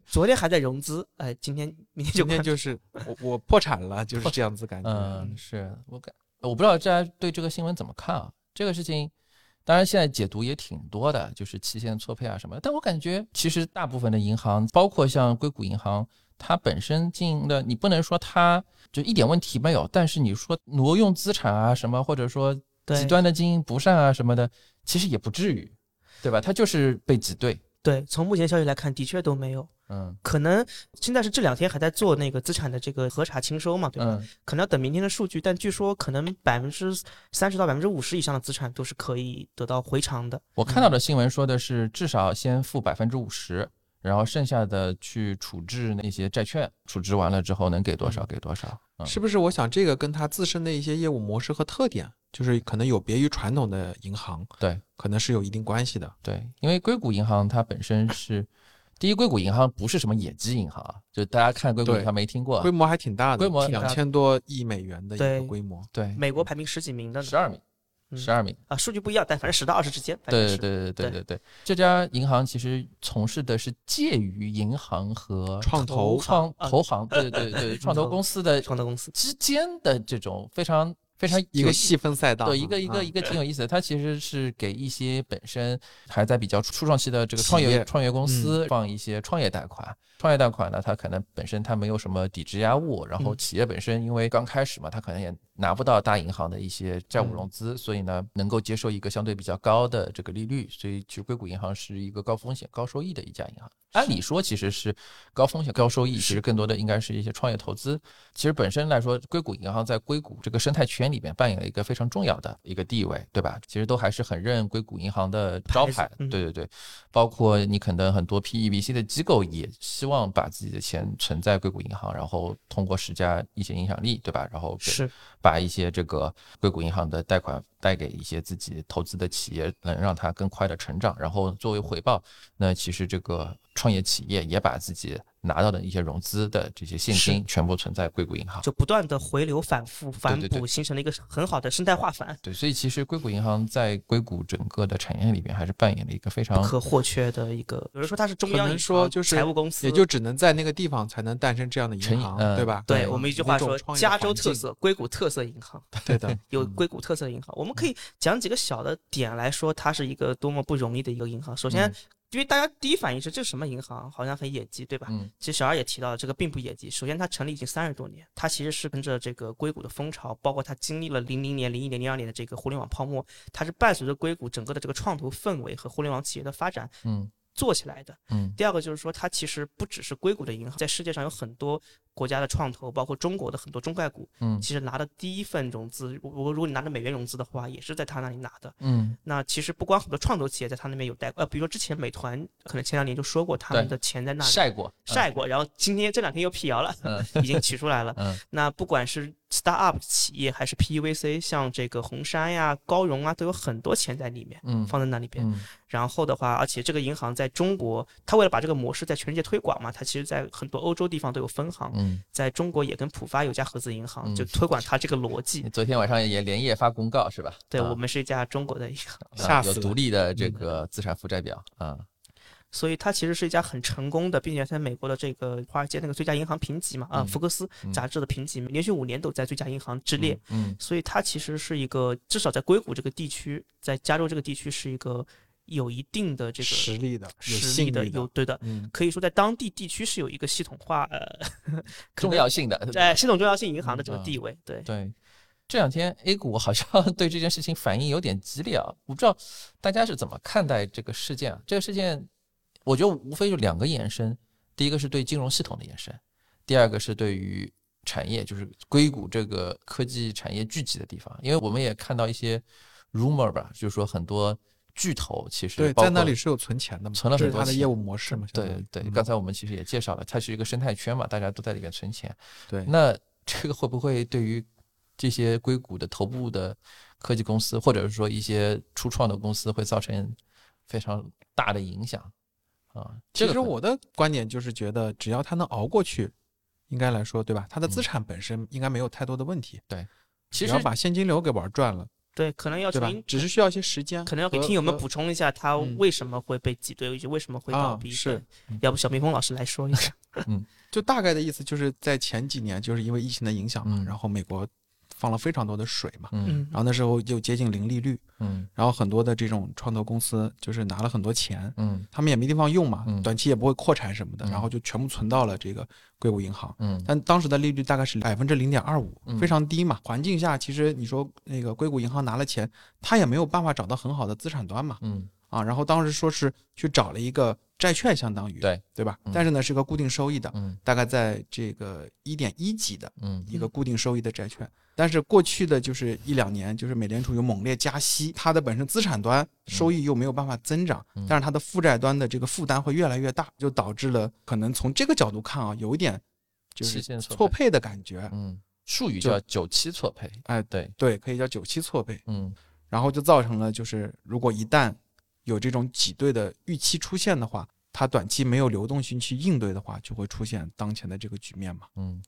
S3: 昨天还在融资，哎，今天明天就
S4: 今天
S3: 关
S4: 就是我我破产了，就是这样子感觉。
S2: 嗯，是我感我不知道大家对这个新闻怎么看啊？这个事情，当然现在解读也挺多的，就是期限错配啊什么的。但我感觉其实大部分的银行，包括像硅谷银行，它本身经营的，你不能说它就一点问题没有，但是你说挪用资产啊什么，或者说
S3: 对
S2: 极端的经营不善啊什么的，其实也不至于，对吧？它就是被挤兑。
S3: 对，从目前消息来看，的确都没有。
S2: 嗯
S3: 可能现在是这两天还在做那个资产的这个核查清收嘛，对吧？
S2: 嗯，
S3: 可能要等明天的数据，但据说可能百分之三十到百分之五十以上的资产都是可以得到回偿的。
S2: 我看到的新闻说的是，至少先付百分之五十，然后剩下的去处置那些债券，处置完了之后能给多少给多少。嗯，
S4: 是不是？我想这个跟它自身的一些业务模式和特点，就是可能有别于传统的银行，
S2: 对，
S4: 可能是有一定关系的。
S2: 对，因为硅谷银行它本身是，第一，硅谷银行不是什么野鸡银行啊，就大家看硅谷银行
S4: 对
S2: 没听过
S4: 规，模还挺大的，
S2: 规模挺
S4: 两
S2: 大
S4: 千多亿美元的一
S3: 对
S4: 个规模。
S2: 对，
S3: 美国排名十几名的呢
S2: 十二名，
S3: 嗯
S2: 十二名，
S3: 啊，数据不一样，但反正十到二十之间。反正
S2: 对
S3: 是
S2: 对对对
S3: 对
S2: 对对，这家银行其实从事的是介于银行和
S4: 创投
S2: 创
S3: 啊
S2: 投行，对对对对，创投公司的
S3: 创投公司。
S2: 之间的这种非常非常
S4: 一
S2: 有
S4: 个
S2: 意
S4: 细分赛道啊，
S2: 对，一个一个一
S4: 啊
S2: 个挺有意思的。它其实是给一些本身还在比较初创期的这个
S4: 企
S2: 创业
S4: 业
S2: 创业公司放一些创业贷款。创业贷款呢，它可能本身它没有什么抵质押物，然后
S3: 嗯
S2: 企业本身因为刚开始嘛，它可能也拿不到大银行的一些债务融资，所以呢，能够接受一个相对比较高的这个利率。所以其实硅谷银行是一个高风险高收益的一家银行。按理说其实是高风险高收益，其实更多的应该是一些创业投资。其实本身来说，硅谷银行在硅谷这个生态圈里面扮演了一个非常重要的一个地位，对吧？其实都还是很认硅谷银行的招牌
S3: 牌子，嗯
S2: 对对对。包括你可能很多 PEVC 的机构也希望把自己的钱存在硅谷银行，然后通过施加一些影响力，对吧？然后给
S3: 是
S2: 把一些这个硅谷银行的贷款贷给一些自己投资的企业，能让它更快的成长，然后作为回报，那其实这个创业企业也把自己拿到的一些融资的这些现金全部存在硅谷银行。
S3: 就不断的回流反复反
S2: 对对
S3: 哺，
S2: 对
S3: 形成了一个很好的生态化反，
S2: 对，所以其实硅谷银行在硅谷整个的产业里边还是扮演了一个非
S3: 不
S2: 常
S3: 可或缺的一个。有人说它是中
S4: 可
S3: 央
S4: 能
S3: 银
S4: 说
S3: 行
S4: 就是
S3: 财务公司，
S4: 也就只能在那个地方才能诞生这样的
S2: 成
S4: 银行，
S2: 嗯
S4: 对吧？
S3: 对
S2: 嗯
S3: 我们一句话说
S4: 那种，创业
S3: 加州
S4: 环境
S3: 特，色、硅谷特色银行。
S4: 对的，
S3: 有
S4: 嗯
S3: 硅谷特色的银行，我们
S2: 嗯
S3: 可以讲几个小的点来说，它是一个多么不容易的一个银行。首先
S2: 嗯，
S3: 因为大家第一反应是这是什么银行，好像很野鸡，对吧？
S2: 嗯
S3: 其实小二也提到了，这个并不野鸡。首先，它成立已经三十多年，它其实是跟着这个硅谷的风潮，包括它经历了零零年、零一年、零二年的这个互联网泡沫，它是伴随着硅谷整个的这个创投氛围和互联网企业的发展
S2: 嗯
S3: 做起来的。
S2: 嗯
S3: 第二个就是说，它其实不只是硅谷的银行，在世界上有很多国家的创投，包括中国的很多中概股，
S2: 嗯
S3: 其实拿的第一份融资，如如如果你拿着美元融资的话，也是在他那里拿的。
S2: 嗯
S3: 那其实不光很多创投企业在他那边有贷，呃，比如说之前美团可能前两年就说过他们
S2: 对
S3: 的钱在
S2: 嗯，
S3: 那里
S2: 晒过
S3: 晒过，然后今天这两天又辟谣了，
S2: 嗯
S3: 已经取出来了。
S2: 嗯
S3: 那不管是 startup 企业还是 PEVC，像这个红杉呀、高融啊，都有很多钱在里面。
S2: 嗯
S3: 放在那里边，
S2: 嗯
S3: 然后的话，而且这个银行在中国，它为了把这个模式在全世界推广嘛，它其实在很多欧洲地方都有分行，
S2: 嗯，
S3: 在中国也跟浦发有家合资银行，
S2: 嗯
S3: 就推广它这个逻辑
S2: 你。嗯昨天晚上也连夜发公告是吧？
S3: 对
S2: 啊
S3: 我们是一家中国的银行，
S2: 呃
S4: 吓
S2: 有
S4: 死
S3: 嗯
S2: 独
S4: 了
S2: 立的这个资产负债表啊，
S3: 所以它其实是一家很成功的，并且在美国的这个华尔街那个最佳银行评级嘛，啊、
S2: 嗯
S3: 福克斯
S2: 嗯
S3: 杂志的评级，连续五年都在最佳银行之列。
S2: 嗯，
S3: 所以它其实是一个，至少在硅谷这个地区，在加州这个地区是一个有一定的这个
S4: 实力的，有
S3: 实力
S4: 信
S3: 的，
S4: 力
S3: 有，对的，
S4: 嗯，
S3: 可以说在当地地区是有一个系统化呃
S2: 重要性的，
S3: 在系统重要性银行的这个
S2: 嗯
S3: 地位。对，
S2: 对，这两天 A 股好像 对这件事情反应有点激烈啊，我不知道大家是怎么看待这个事件啊？这个事件，我觉得无非就两个延伸，第一个是对金融系统的延伸，第二个是对于产业，就是硅谷这个科技产业聚集的地方，因为我们也看到一些 rumor 吧，就是说很多巨头其实
S4: 对，
S2: 包
S4: 在那
S2: 括
S4: 里是有存钱的嘛，
S2: 存了
S4: 这
S2: 很
S4: 是
S2: 多
S4: 它的
S2: 钱
S4: 业务模式嘛，相当
S2: 对
S4: 于
S2: 对，
S4: 嗯
S2: 刚才我们其实也介绍了，它是一个生态圈嘛，大家都在里面存钱。
S4: 对
S2: 那这个会不会对于这些硅谷的头部的科技公司，或 者是说一些初创的公司，会造成非常大的影响啊？这
S4: 其
S2: 个
S4: 实
S2: 可
S4: 我的观点就是觉得，只要他能熬过去，应该来说，对吧？他的资
S2: 嗯
S4: 产本身应该没有太多的问题，
S2: 其
S4: 只
S2: 实
S4: 要把现金流给玩转了，
S3: 对，可能要
S4: 对吧
S3: 重？
S4: 只是需要一些时间和，
S3: 可能要给听友们
S4: 和
S3: 补充一下，他
S4: 呃嗯
S3: 为什么会被挤兑，以及为什么会倒
S4: 啊
S3: 闭。
S4: 是
S3: 对，要不小蜜蜂老师来说一下。
S4: 就大概的意思就是在前几年，就是因为疫情的影响嘛，
S2: 嗯
S4: 然后美国放了非常多的水嘛，
S2: 嗯
S3: 嗯
S4: 然后那时候就接近零利率，
S2: 嗯
S4: 然后很多的这种创投公司就是拿了很多钱，
S2: 嗯
S4: 他们也没地方用嘛
S2: 嗯，
S4: 短期也不会扩产什么的，
S2: 嗯
S4: 然后就全部存到了这个硅谷银行。
S2: 嗯
S4: 但当时的利率大概是百分之零点二五
S2: 嗯，
S4: 非常低嘛。环境下，其实你说那个硅谷银行拿了钱，他也没有办法找到很好的资产端嘛，
S2: 嗯
S4: 啊，然后当时说是去找了一个债券，相当于
S2: 对
S4: 对吧
S2: 嗯？
S4: 但是呢是个固定收益的，
S2: 嗯
S4: 大概在这个一点一几的
S2: 嗯
S4: 一个固定收益的债券。但是过去的就是一两年，就是美联储有猛烈加息，它的本身资产端收益又没有办法增长
S2: 嗯，
S4: 但是它的负债端的这个负担会越来越大，就导致了可能从这个角度看啊，有一点就
S2: 期
S4: 是
S2: 限错
S4: 错配的感觉。
S2: 嗯，术语
S4: 就
S2: 叫九七错配。
S4: 哎
S2: 对，
S4: 对，可以叫九七错配，
S2: 嗯
S4: 然后就造成了就是如果一旦有这种挤兑的预期出现的话，它短期没有流动性去应对的话，就会出现当前的这个局面嘛。
S2: 嗯，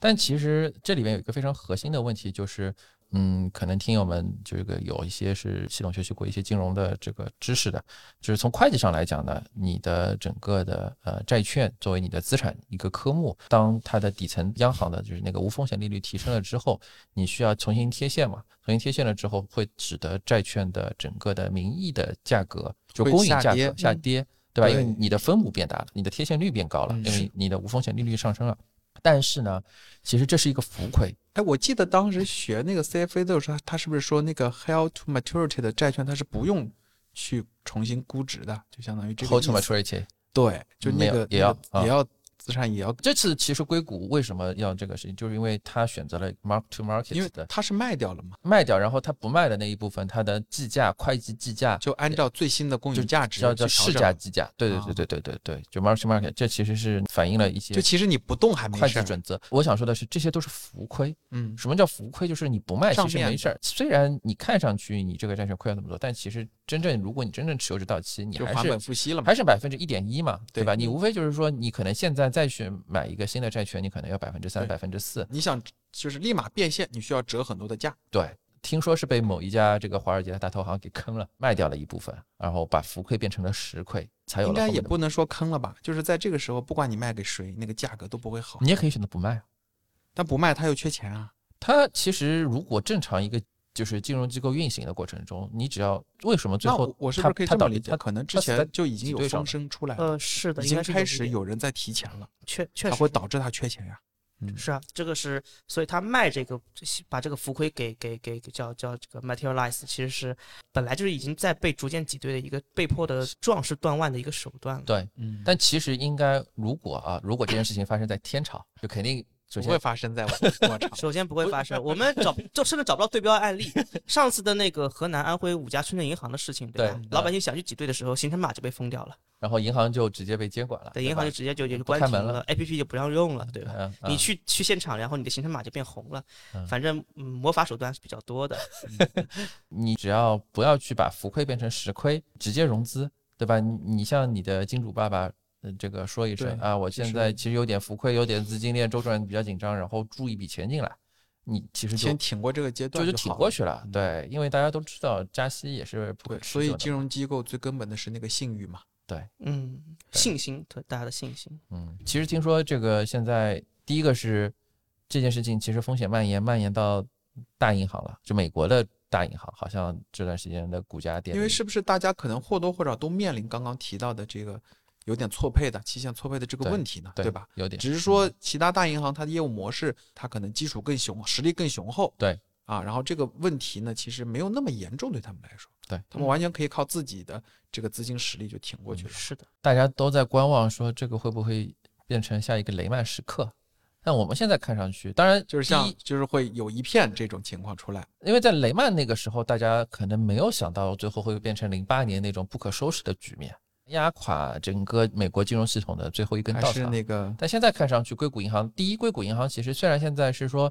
S2: 但其实这里面有一个非常核心的问题，就是，嗯，可能听友们这个有一些是系统学习过一些金融的这个知识的，就是从会计上来讲呢，你的整个的呃债券作为你的资产一个科目，当它的底层央行的就是那个无风险利率提升了之后，你需要重新贴现嘛，重新贴现了之后会使得债券的整个的名义的价格，就
S4: 会
S2: 公允
S4: 下
S2: 价
S4: 跌嗯
S2: 格下跌。对吧？因为
S4: 对
S2: 你的分母变大了，你的贴现率变高了，
S4: 嗯
S2: 因为
S4: 是
S2: 你的无风险利率上升了。但是呢，其实这是一个浮 亏。
S4: 哎，我记得当时学那个 CFA 的时候，他是不是说那个 held to maturity 的债券它是不用去重新估值的，就相当于这个
S2: Hold to
S4: 意思
S2: maturity，
S4: 对，就
S2: 没
S4: 那
S2: 有
S4: 个
S2: 也
S4: 那
S2: 要
S4: 个
S2: 啊
S4: 也要资产也要，
S2: 这次其实硅谷为什么要这个事情，就是因为它选择了 mark to
S4: 因
S2: market
S4: 为
S2: 的
S4: 它是卖掉了嘛，
S2: 卖掉，然后它不卖的那一部分，它的计价会计计价
S4: 就按照最新的公
S2: 就
S4: 允价值
S2: 叫叫
S4: 去调
S2: 市
S4: 整
S2: 价
S4: 了。
S2: 计价，对对
S4: 啊
S2: 对对对对对，就 mark to market，这其实是反映了一些
S4: 就其实你不动还没
S2: 会
S4: 事
S2: 计
S4: 儿，
S2: 准则。我想说的是，这些都是浮亏。
S4: 嗯，
S2: 什么叫浮亏？就是你不卖其
S4: 账
S2: 实
S4: 面
S2: 没
S4: 的
S2: 事儿，虽然你看上去你这个债券亏了那么多，但其实真正如果你真正持有至到期，你
S4: 就
S2: 还
S4: 还本
S2: 是
S4: 付息了嘛，
S2: 还是百分之一点一嘛，对
S4: 对嗯
S2: 吧？你无非就是说，你可能现在再去买一个新的债券，你可能要百分之三、百
S4: 对
S2: 分之四，
S4: 你想就是立马变现，你需要折很多的价。
S2: 对。听说是被某一家这个华尔街的大投行给坑了，卖掉了一部分，然后把浮亏变成了实亏，才有
S4: 应
S2: 了
S4: 该
S2: 后面
S4: 也
S2: 的。
S4: 不能说坑了吧，就是在这个时候，不管你卖给谁，那个价格都不会好。
S2: 你也可以选择不卖啊。
S4: 但不卖他又缺钱啊，
S2: 它其实如果正常一个就是金融机构运行的过程中，你只要为什么最
S4: 那
S2: 后
S4: 我我是
S2: 它
S4: 不是可以
S2: 它
S4: 这
S2: 到
S4: 么
S2: 底
S4: 理
S2: 它
S4: 解？可能
S2: 它
S4: 之
S2: 死在
S4: 前就已经
S2: 挤
S4: 有
S2: 兑上
S4: 风
S2: 了
S4: 声出来了，
S3: 呃，是的，应
S4: 已经
S3: 该是
S4: 开
S3: 有一
S4: 始
S3: 点，
S4: 有人在提钱了，
S3: 确确
S4: 它
S3: 实
S4: 会
S3: 有
S4: 导致他缺钱呀。嗯，
S3: 是啊，这个是，所以他卖这个，这些把这个浮亏给给给给叫叫这个 materialize，其实是本来就是已经在被逐渐挤兑的一个被迫的壮士断腕的一个手段了。
S2: 对，
S4: 嗯，
S2: 但其实应该，如果啊，如果这件事情发生在天朝，就肯定首
S4: 不
S2: 先
S4: 会发生 在我我场。
S3: 首先不会发生，我们找就甚至找不到对标案例。上次的那个河南、安徽五家村镇银行的事情，对吧
S2: 对？
S3: 老百姓想去挤兑的时候，行程码就被封掉了，
S2: 然后银行就直接被监管了，
S3: 对，银行就
S2: 吧
S3: 直接就就
S2: 不
S3: 关
S2: 开
S3: 停
S2: 门了
S3: 了，APP 就不让用了，对吧？
S2: 嗯，
S3: 你
S2: 嗯
S3: 去去现场，然后你的行程码就变红了
S2: 嗯。
S3: 反正嗯魔法手段是比较多的。
S2: 你只要不要去把浮亏变成实亏，直接融资，对吧？你你像你的金主爸爸。呃这个说一声
S4: 对
S2: 啊，我
S4: 就
S2: 现
S4: 是
S2: 在其实有点浮亏，有点资金链周转比较紧张，然后注一笔钱进来，你其实就
S4: 先挺过这个阶
S2: 就
S4: 段
S2: 就
S4: 好
S2: 挺
S4: 了嗯
S2: 过去了。对，因为大家都知道加息也是不可
S4: 对，
S2: 持
S4: 所以
S2: 久的
S4: 金融机构最根本的是那个信誉嘛。
S3: 嗯，信心，对大家的信心。
S2: 嗯，其实听说这个现在第一个是这件事情，其实风险蔓延蔓延到大银行了，就美国的大银行，好像这段时间的股价跌，
S4: 因为是不是大家可能或多或少都面临刚刚提到的这个有点错配的期限错配的这个
S2: 对
S4: 问题呢？
S2: 对
S4: 对吧？？
S2: 有点，嗯
S4: 只是说其他大银行它的业务模式，它可能基础更雄，实力更雄厚。
S2: 对
S4: 啊，然后这个问题呢，其实没有那么严重，对他们来说，
S2: 对
S4: 他们完全可以靠自己的这个资金实力就挺
S2: 嗯
S4: 过去了。
S3: 是的，
S2: 大家都在观望，说这个会不会变成下一个雷曼时刻？但我们现在看上去，当然
S4: 就
S2: 第
S4: 是像
S2: 一，
S4: 就是会有一片这种情况出来，
S2: 因为在雷曼那个时候，大家可能没有想到最后会变成零八年那种不可收拾的局面，压垮整个美国金融系统的最后一根稻
S4: 还是
S2: 草。
S4: 那个
S2: 但现在看上去，硅谷银行第一，硅谷银行其实虽然现在是说，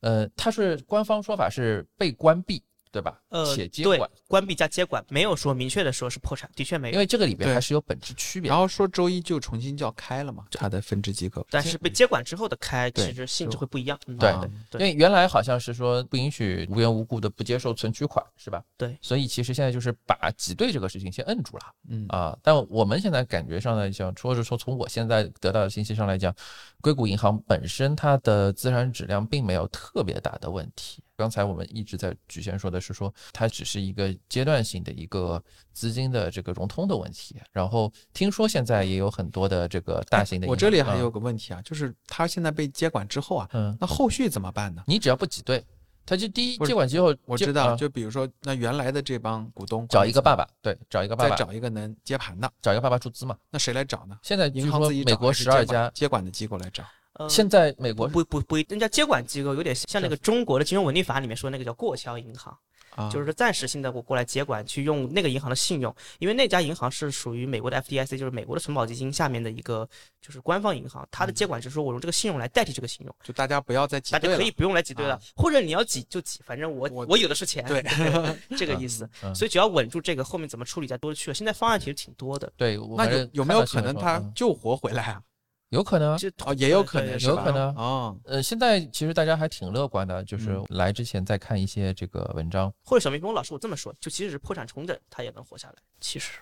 S2: 呃，它是官方说法是被关闭，对吧？
S3: 呃，
S2: 且接
S3: 对
S2: 管，，
S3: 关闭加接管，没有说明确的说是破产，的确没
S2: 因
S3: 有，
S2: 为这个里边
S4: 对
S2: 还是有本质区别
S4: 然。后说周一就重新就要开了嘛，它的分支机构。
S3: 但是被接管之后的开，
S4: 对
S3: 其实性质会不一样。嗯
S2: 对
S3: 对
S2: 因
S3: 对
S2: 为原来好像是说不允许无缘无故的不接受存取款，是吧？
S3: 对
S2: 所以其实现在就是把挤兑这个事情先摁住了
S4: 嗯，
S2: 啊。但我们现在感觉上来讲，或者说从我现在得到的信息上来讲，硅谷银行本身它的资产质量并没有特别大的问题。刚才我们一直在局限说的是说，它只是一个阶段性的一个资金的这个融通的问题。然后听说现在也有很多的这个大型的银行，
S4: 哎我这里还
S2: 嗯
S4: 有个问题啊，就是它现在被接管之后啊，
S2: 嗯，
S4: 那后续怎么办呢？
S2: 你只要不挤兑，它就第一
S4: 不是
S2: 接管机后，
S4: 我
S2: 接
S4: 知
S2: 啊
S4: 道，就比如说，那原来的这帮股东
S2: 找一个爸
S4: 爸，
S2: 爸，对，找一个爸
S4: 再
S2: 爸，
S4: 找一个能接盘的，
S2: 找一个爸爸注资嘛。
S4: 那谁来找呢？
S2: 现在据
S4: 银行
S2: 说
S4: 自己
S2: 美
S4: 找
S2: 国
S4: 还是嗯
S2: 十二
S4: 接管
S2: 家，
S4: 接管的机构来找？
S3: 呃
S2: 现在美
S3: 不
S2: 国
S3: 不不不，人家接管机构有点像那个中国的金融稳定法里面说那个叫过桥银行，
S4: 啊，
S3: 就是说暂时性的我过来接管，去用那个银行的信用，因为那家银行是属于美国的 FDIC，就是美国的存保基金下面的一个就是官方银行，它的接管是说我用这个信用来代替这个信用，
S4: 就大家不要再嗯挤
S3: 大
S4: 兑
S3: 家
S4: 了
S3: 可以不用来挤兑了
S4: 啊，
S3: 或者你要挤就挤，反正我
S4: 我
S3: 我有的是钱，
S4: 对
S3: 这个意思
S2: 嗯嗯。
S3: 所以只要稳住这个，后面怎么处理再多去了。现在方案其实挺多的，
S2: 对，我
S4: 那
S2: 反正
S4: 有有
S2: 看
S4: 没有
S2: 到新
S4: 可
S2: 闻说
S4: 能他
S2: 嗯
S4: 救活回来 啊？
S2: 有可能啊？
S3: 就
S4: 哦，也有
S3: 对
S4: 可
S3: 对
S4: 能，
S3: 对
S4: 是
S2: 有
S4: 吧
S2: 可能
S4: 哦，
S2: 呃，现在其实大家还挺乐观的，就是
S4: 嗯
S2: 来之前再看一些这个文章，
S3: 或者小蜜蜂老师我这么说，就即使是破产重整，它也能活下来，其实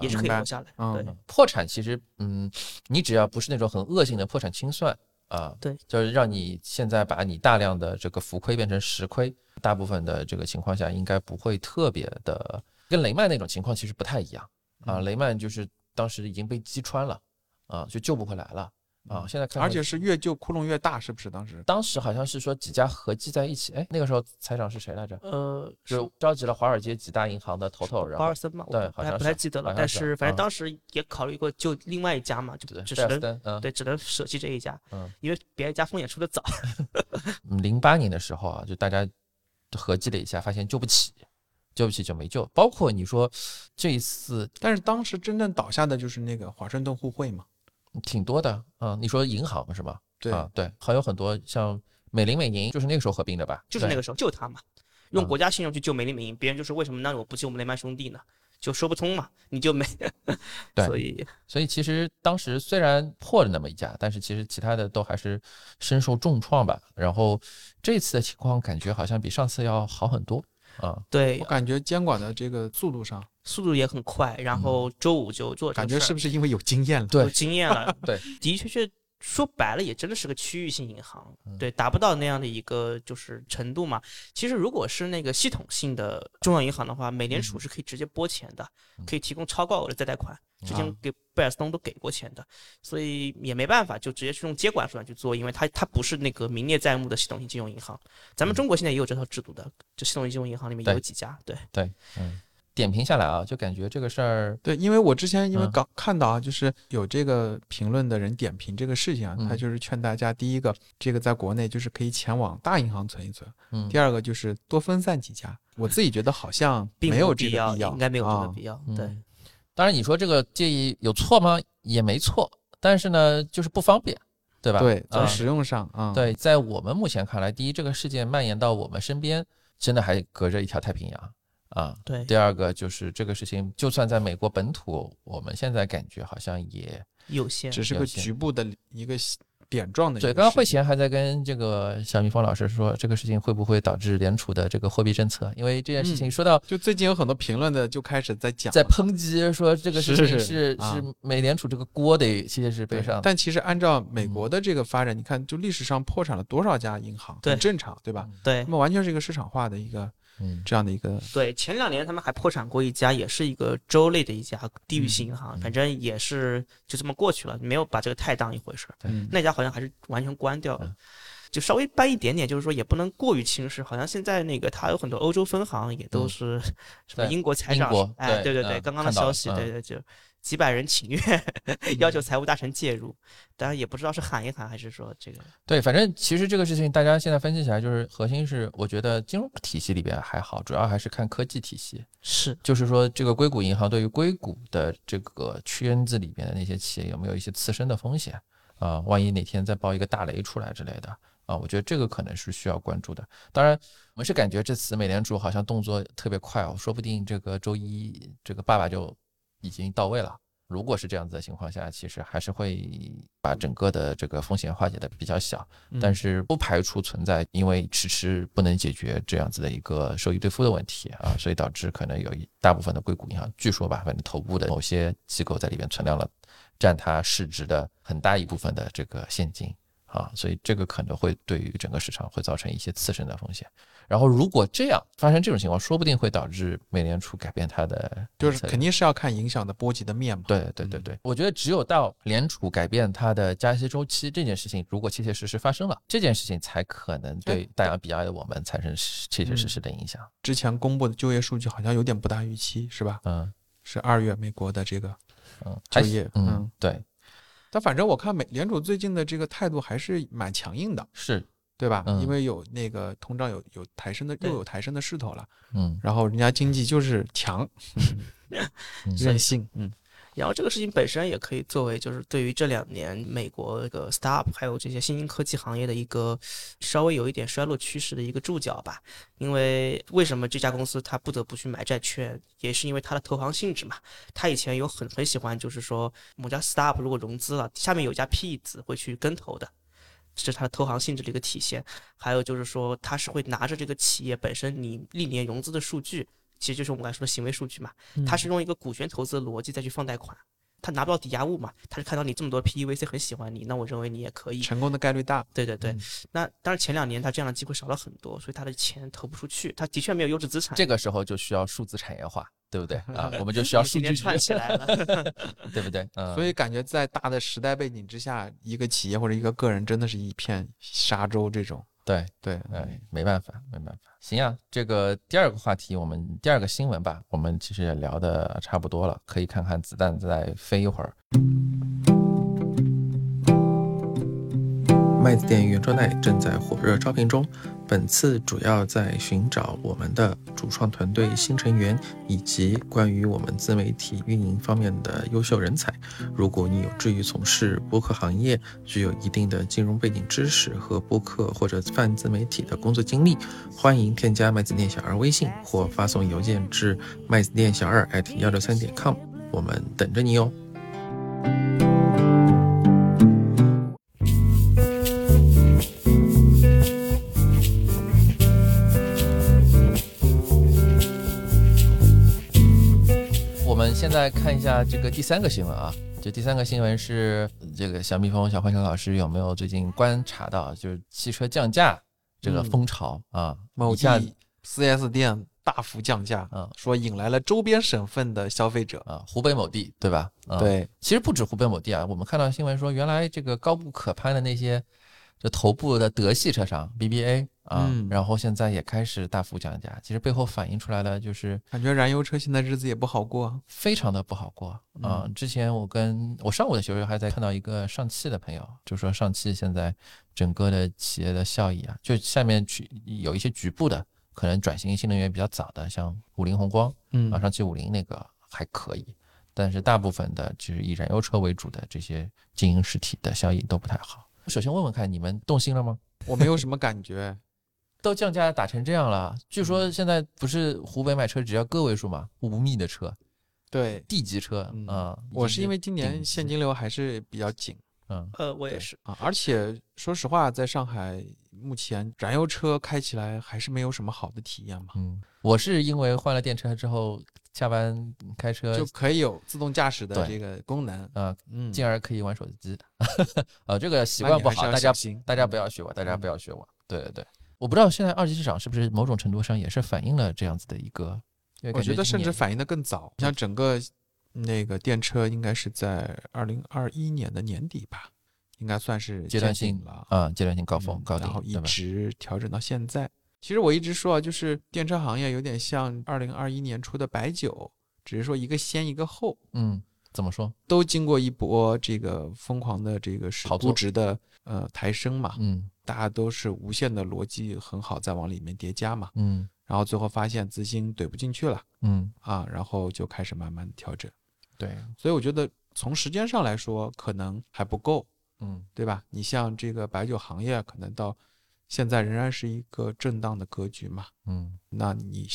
S3: 也是可以
S4: 明白
S3: 活下来。
S4: 嗯
S3: 对
S2: 嗯破产其实，嗯，你只要不是那种很恶性的破产清算啊，
S3: 对，
S2: 就是让你现在把你大量的这个浮亏变成实亏，大部分的这个情况下应该不会特别的，跟雷曼那种情况其实不太一样啊。
S4: 嗯
S2: 雷曼就是当时已经被击穿了啊，就救不回来了啊。
S4: 嗯
S2: 现在看上去，
S4: 而且是越救窟窿越大，是不是？当时
S2: 当时好像是说几家合计在一起，哎，那个时候财长是谁来着？
S3: 呃，
S2: 就召集了华尔街几大银行的头头，然
S3: 保
S2: 后
S3: 尔森嘛，我
S2: 对
S3: 不
S2: 好像
S3: 太不
S2: 是
S3: 太记得
S2: 好
S3: 了，
S2: 像
S3: 但
S2: 是
S3: 是反正
S2: 嗯
S3: 当时也考虑过就另外一家嘛，就
S2: 对
S3: 只
S2: 贝尔斯
S3: 能
S2: 登，嗯，
S3: 对只能舍弃这一家
S2: 嗯，
S3: 因为别人家风险出的早。
S2: 零八年的时候啊，就大家合计了一下，发现救不起，救不起就没救。包括你说这一次
S4: 但是当时真正倒下的就是那个华盛顿互惠嘛，
S2: 挺多的啊，你说银行是吧？
S4: 对
S2: 啊，对，还有很多像美林美银，就是那个时候合并的吧？
S3: 就是那个时候救他嘛，用
S2: 嗯
S3: 国家信用去救美林美银，别人就说为什么那我不救我们雷曼兄弟呢？就说不通嘛，你就没，
S2: 对
S3: 所以
S2: 对。所以其实当时虽然破了那么一家，但是其实其他的都还是深受重创吧。然后这次的情况感觉好像比上次要好很多啊。
S3: 对
S4: 我感觉监管的这个速度上，
S3: 速度也很快，然
S2: 嗯
S3: 后周五就做这
S4: 感
S3: 个
S4: 觉
S3: 事儿
S4: 是不是因为有经验了？
S2: 对，
S3: 有经验了
S2: 对，
S3: 的确确说白了也真的是个区域性银行
S2: 嗯，
S3: 对，达不到那样的一个就是程度嘛。其实如果是那个系统性的中央银行的话，美联储是可以直接拨钱的，
S2: 嗯
S3: 可以提供超高额的再贷款，之
S4: 啊
S3: 前给贝尔斯通都给过钱的，所以也没办法，就直接去用接管手段去做，因为它它不是那个名列在目的系统性金融银行。咱们中国现在也有这套制度的，就系统性金融银行里面也有
S2: 对
S3: 几家，对，
S2: 嗯点评下来啊，就感觉这个事儿
S4: 对，因为我之前因为
S2: 嗯
S4: 刚看到啊，就是有这个评论的人点评这个事情啊，
S2: 嗯
S4: 他就是劝大家，第一个，这个在国内就是可以前往大银行存一存；
S2: 嗯
S4: 第二个就是多分散几家。我自己觉得好像
S3: 并
S4: 没有这
S3: 必
S4: 个
S3: 要，
S4: 必要，
S3: 应该没有这个
S4: 啊
S3: 必要，
S2: 嗯
S3: 对。
S2: 当然，你说这个建议有错吗？也没错，但是呢，就是不方便，对吧？
S4: 对，
S2: 啊
S3: 嗯
S4: 从使用上啊，
S2: 对，在我们目前看来，第一，这个事件蔓延到我们身边，真的还隔着一条太平洋啊。
S3: 对
S2: 第二个就是这个事情，就算在美国本土，我们现在感觉好像也
S3: 有限，
S4: 只是
S2: 了
S4: 个
S2: 解
S4: 局部的一个点状的一个
S2: 对，
S4: 事情。
S2: 刚刚慧贤还在跟这个小蜜蜂老师说，这个事情会不会导致联储的这个货币政策？因为这件事情
S4: 嗯
S2: 说到
S4: 就最近有很多评论的就开始在讲
S2: 在
S4: 了
S2: 抨击，说这个事情
S4: 是
S2: 是
S4: 是啊
S2: 是美联储这个锅得其实是背
S4: 对
S2: 上的。
S4: 但其实按照美
S3: 嗯
S4: 国的这个发展，你看，就历史上破产了多少家银行，
S3: 对嗯
S4: 很正常，对吧？
S3: 对
S4: 那么完全是一个市场化的一个
S2: 嗯，
S4: 这样的一个，
S3: 对，前两年他们还破产过一家，也是一个州类的一家地域性银行，
S2: 嗯
S3: 反正也是就这么过去了，没有把这个太当一回事儿。
S4: 嗯，
S3: 那家好像还是完全关掉了
S2: 嗯。
S3: 就稍微搬一点点，就是说也不能过于轻视。好像现在那个它有很多欧洲分行也都
S2: 嗯
S3: 是什么
S2: 对
S3: 英国财
S2: 英
S3: 长
S2: 国，
S3: 哎，
S2: 对
S3: 对对，
S2: 嗯
S3: 刚刚的
S2: 看到
S3: 消
S2: 了
S3: 息，
S2: 嗯
S3: 对对，就几百人请 愿，要求财务大臣介入，当然也不知道是喊一喊还是说这个
S2: 对，反正其实这个事情大家现在分析起来，就是核心是我觉得金融体系里边还好，主要还是看科技体系，
S3: 是
S2: 就是说这个硅谷银行对于硅谷的这个圈子里边的那些企业有没有一些自身的风险啊、万一哪天再爆一个大雷出来之类的啊、我觉得这个可能是需要关注的。当然，我是感觉这次美联储好像动作特别快哦，说不定这个周一这个爸爸就已经到位了。如果是这样子的情况下，其实还是会把整个的这个风险化解的比较小，
S4: 嗯
S2: 但是不排除存在因为迟迟不能解决这样子的一个收益兑付的问题啊，所以导致可能有一大部分的硅谷银行，据说吧，反正头部的某些机构在里边存量了占它市值的很大一部分的这个现金啊，所以这个可能会对于整个市场会造成一些次生的风险。然后如果这样发生这种情况，说不定会导致美联储改变它的
S4: 就是
S2: 政策
S4: 肯定是要看影响的波及的面嘛。
S2: 对对对对，我觉得只有到联储改变它的加息周期这件事情，如果切切实实发生了，这件事情才可能对大洋彼岸的我们产生实切切实实的影响。
S4: 之前公布的就业数据好像有点不大预期，是吧？
S2: 嗯
S4: 是二月美国的这个
S2: 嗯，
S4: 就
S2: 还
S4: 业，
S2: 嗯，对，
S4: 但反正我看美联储最近的这个态度还是蛮强硬的，
S2: 是，
S4: 对吧？
S2: 嗯
S4: 因为有那个通胀有有抬升的
S3: 对
S4: 又有抬升的势头了，
S2: 嗯
S4: 然后人家经济就是强，
S2: 嗯
S4: 任性，嗯，
S3: 然后这个事情本身也可以作为，就是对于这两年美国这个 startup 还有这些新兴科技行业的一个稍微有一点衰落趋势的一个注脚吧。因为为什么这家公司它不得不去买债券，也是因为它的投行性质嘛。它以前有很很喜欢，就是说某家 startup 如果融资了，下面有家 PE 子会去跟投的。这是它的投行性质的一个体现，还有就是说，它是会拿着这个企业本身你历年融资的数据，其实就是我们刚才说的行为数据嘛，它是用一个股权投资的逻辑再去放贷款，它拿不到抵押物嘛，它是看到你这么多 PEVC 很喜欢你，那我认为你也
S2: 嗯
S3: 可以。
S4: 成功的概率大，
S3: 对对
S4: 嗯
S3: 对，那当然前两年它这样的机会少了很多，所以它的钱投不出去，它的确没有优质资产。
S2: 这个时候就需要数字产业化，对不对啊？我们就需要
S3: 我们
S2: 数
S3: 今
S2: 据
S3: 天串起
S2: 局，
S3: 来了，
S2: 对不对？嗯，
S4: 所以感觉在大的时代背景之下，一个企业或者一个个人真的是一片沙洲这种。
S2: 对，
S4: 对，
S2: 哎，没办法，没办法。行啊，这个第二个话题，我们第二个新闻吧，我们其实也聊的差不多了，可以看看子弹再飞一会儿。
S5: 麦子店圆桌奈正在火热招聘中，本次主要在寻找我们的主创团队新成员，以及关于我们自媒体运营方面的优秀人才。如果你有志于从事播客行业，具有一定的金融背景知识和播客或者泛自媒体的工作经历，欢迎添加麦子店小二微信或发送邮件至麦子店小二 at 幺六三点 com，我们等着你哦。
S2: 我们现在看一下这个第三个新闻啊，就第三个新闻是这个小蜜蜂小浣熊老师有没有最近观察到，就是汽车降价这
S5: 嗯
S2: 个风潮啊，
S4: 某
S2: 一下
S4: 地 4S 店大幅降价，
S2: 嗯
S4: 说引来了周边省份的消费者。
S2: 啊，湖北某地对吧？啊，，
S4: 对，
S2: 其实不止湖北某地啊，我们看到新闻说，原来这个高不可攀的那些就头部的德系车商 BBA 啊，
S4: 嗯
S2: 然后现在也开始大幅降价，其实背后反映出来的就是
S4: 感觉燃油车现在日子也不好过。啊
S2: 非常的不好过啊、之前我跟我上午的时候还在看到一个上汽的朋友，就说上汽现在整个的企业的效益啊，就下面去有一些局部的可能转型新能源比较早的，像五菱宏光
S4: 嗯
S2: 啊，上汽五菱那个还可以，但是大部分的就是以燃油车为主的这些经营实体的效益都不太好。首先问问看，你们动心了吗？
S4: 我没有什么感觉。
S2: 都降价打成这样了，据说现在不是湖北买车只要个位数嘛，五米的车、
S4: 对，
S2: D 级车啊、
S4: 嗯我是因为今
S2: 顶
S4: 年
S2: 级
S4: 现金流还是比较紧，
S2: 嗯，
S3: 呃，我也
S4: 对
S3: 是，
S4: 啊。而且说实话，在上海目前燃油车开起来还是没有什么好的体验嘛，
S2: 嗯，我是因为换了电车之后，下班开车
S4: 就可以有自动驾驶的
S2: 呃对
S4: 这个功能。
S2: 呃，
S4: 嗯，
S2: 进而可以玩手 机。呃，这个习
S4: 那
S2: 惯
S4: 你
S2: 不
S4: 还是
S2: 好，
S4: 要
S2: 大家
S4: 小心
S2: 大家不
S4: 嗯
S2: 要学我，大家不
S4: 嗯
S2: 要学我。对对对，我不知道现在二级市场是不是某种程度上也是反映了这样子的一个，因为
S4: 我
S2: 感
S4: 觉得
S2: 今
S4: 甚至
S2: 年
S4: 反应的更早，像整个那个电车应该是在二零二一年的年底吧，应该算是
S2: 阶段
S4: 见顶
S2: 性
S4: 了，
S2: 啊阶段性高峰、
S4: 嗯
S2: 高
S4: 然后
S2: 点，
S4: 一
S2: 对吧？
S4: 直调整到现在。其实我一直说啊，就是电车行业有点像二零二一年出的白酒，只是说一个先一个后，
S2: 嗯，怎么说？
S4: 都经过一波这个疯狂的这个是
S2: 炒作
S4: 估值的呃抬升嘛，
S2: 嗯
S4: 大家都是无限的逻辑很好，再往里面叠加嘛，
S2: 嗯
S4: 然后最后发现资金怼不进去了
S2: 嗯，
S4: 啊，然后就开始慢慢地调整。
S2: 对，
S4: 所以我觉得从时间上来说，可能还不够，
S2: 嗯
S4: 对吧？你像这个白酒行业，可能到现在仍然是一个震荡的格局嘛。
S2: 嗯
S4: 那你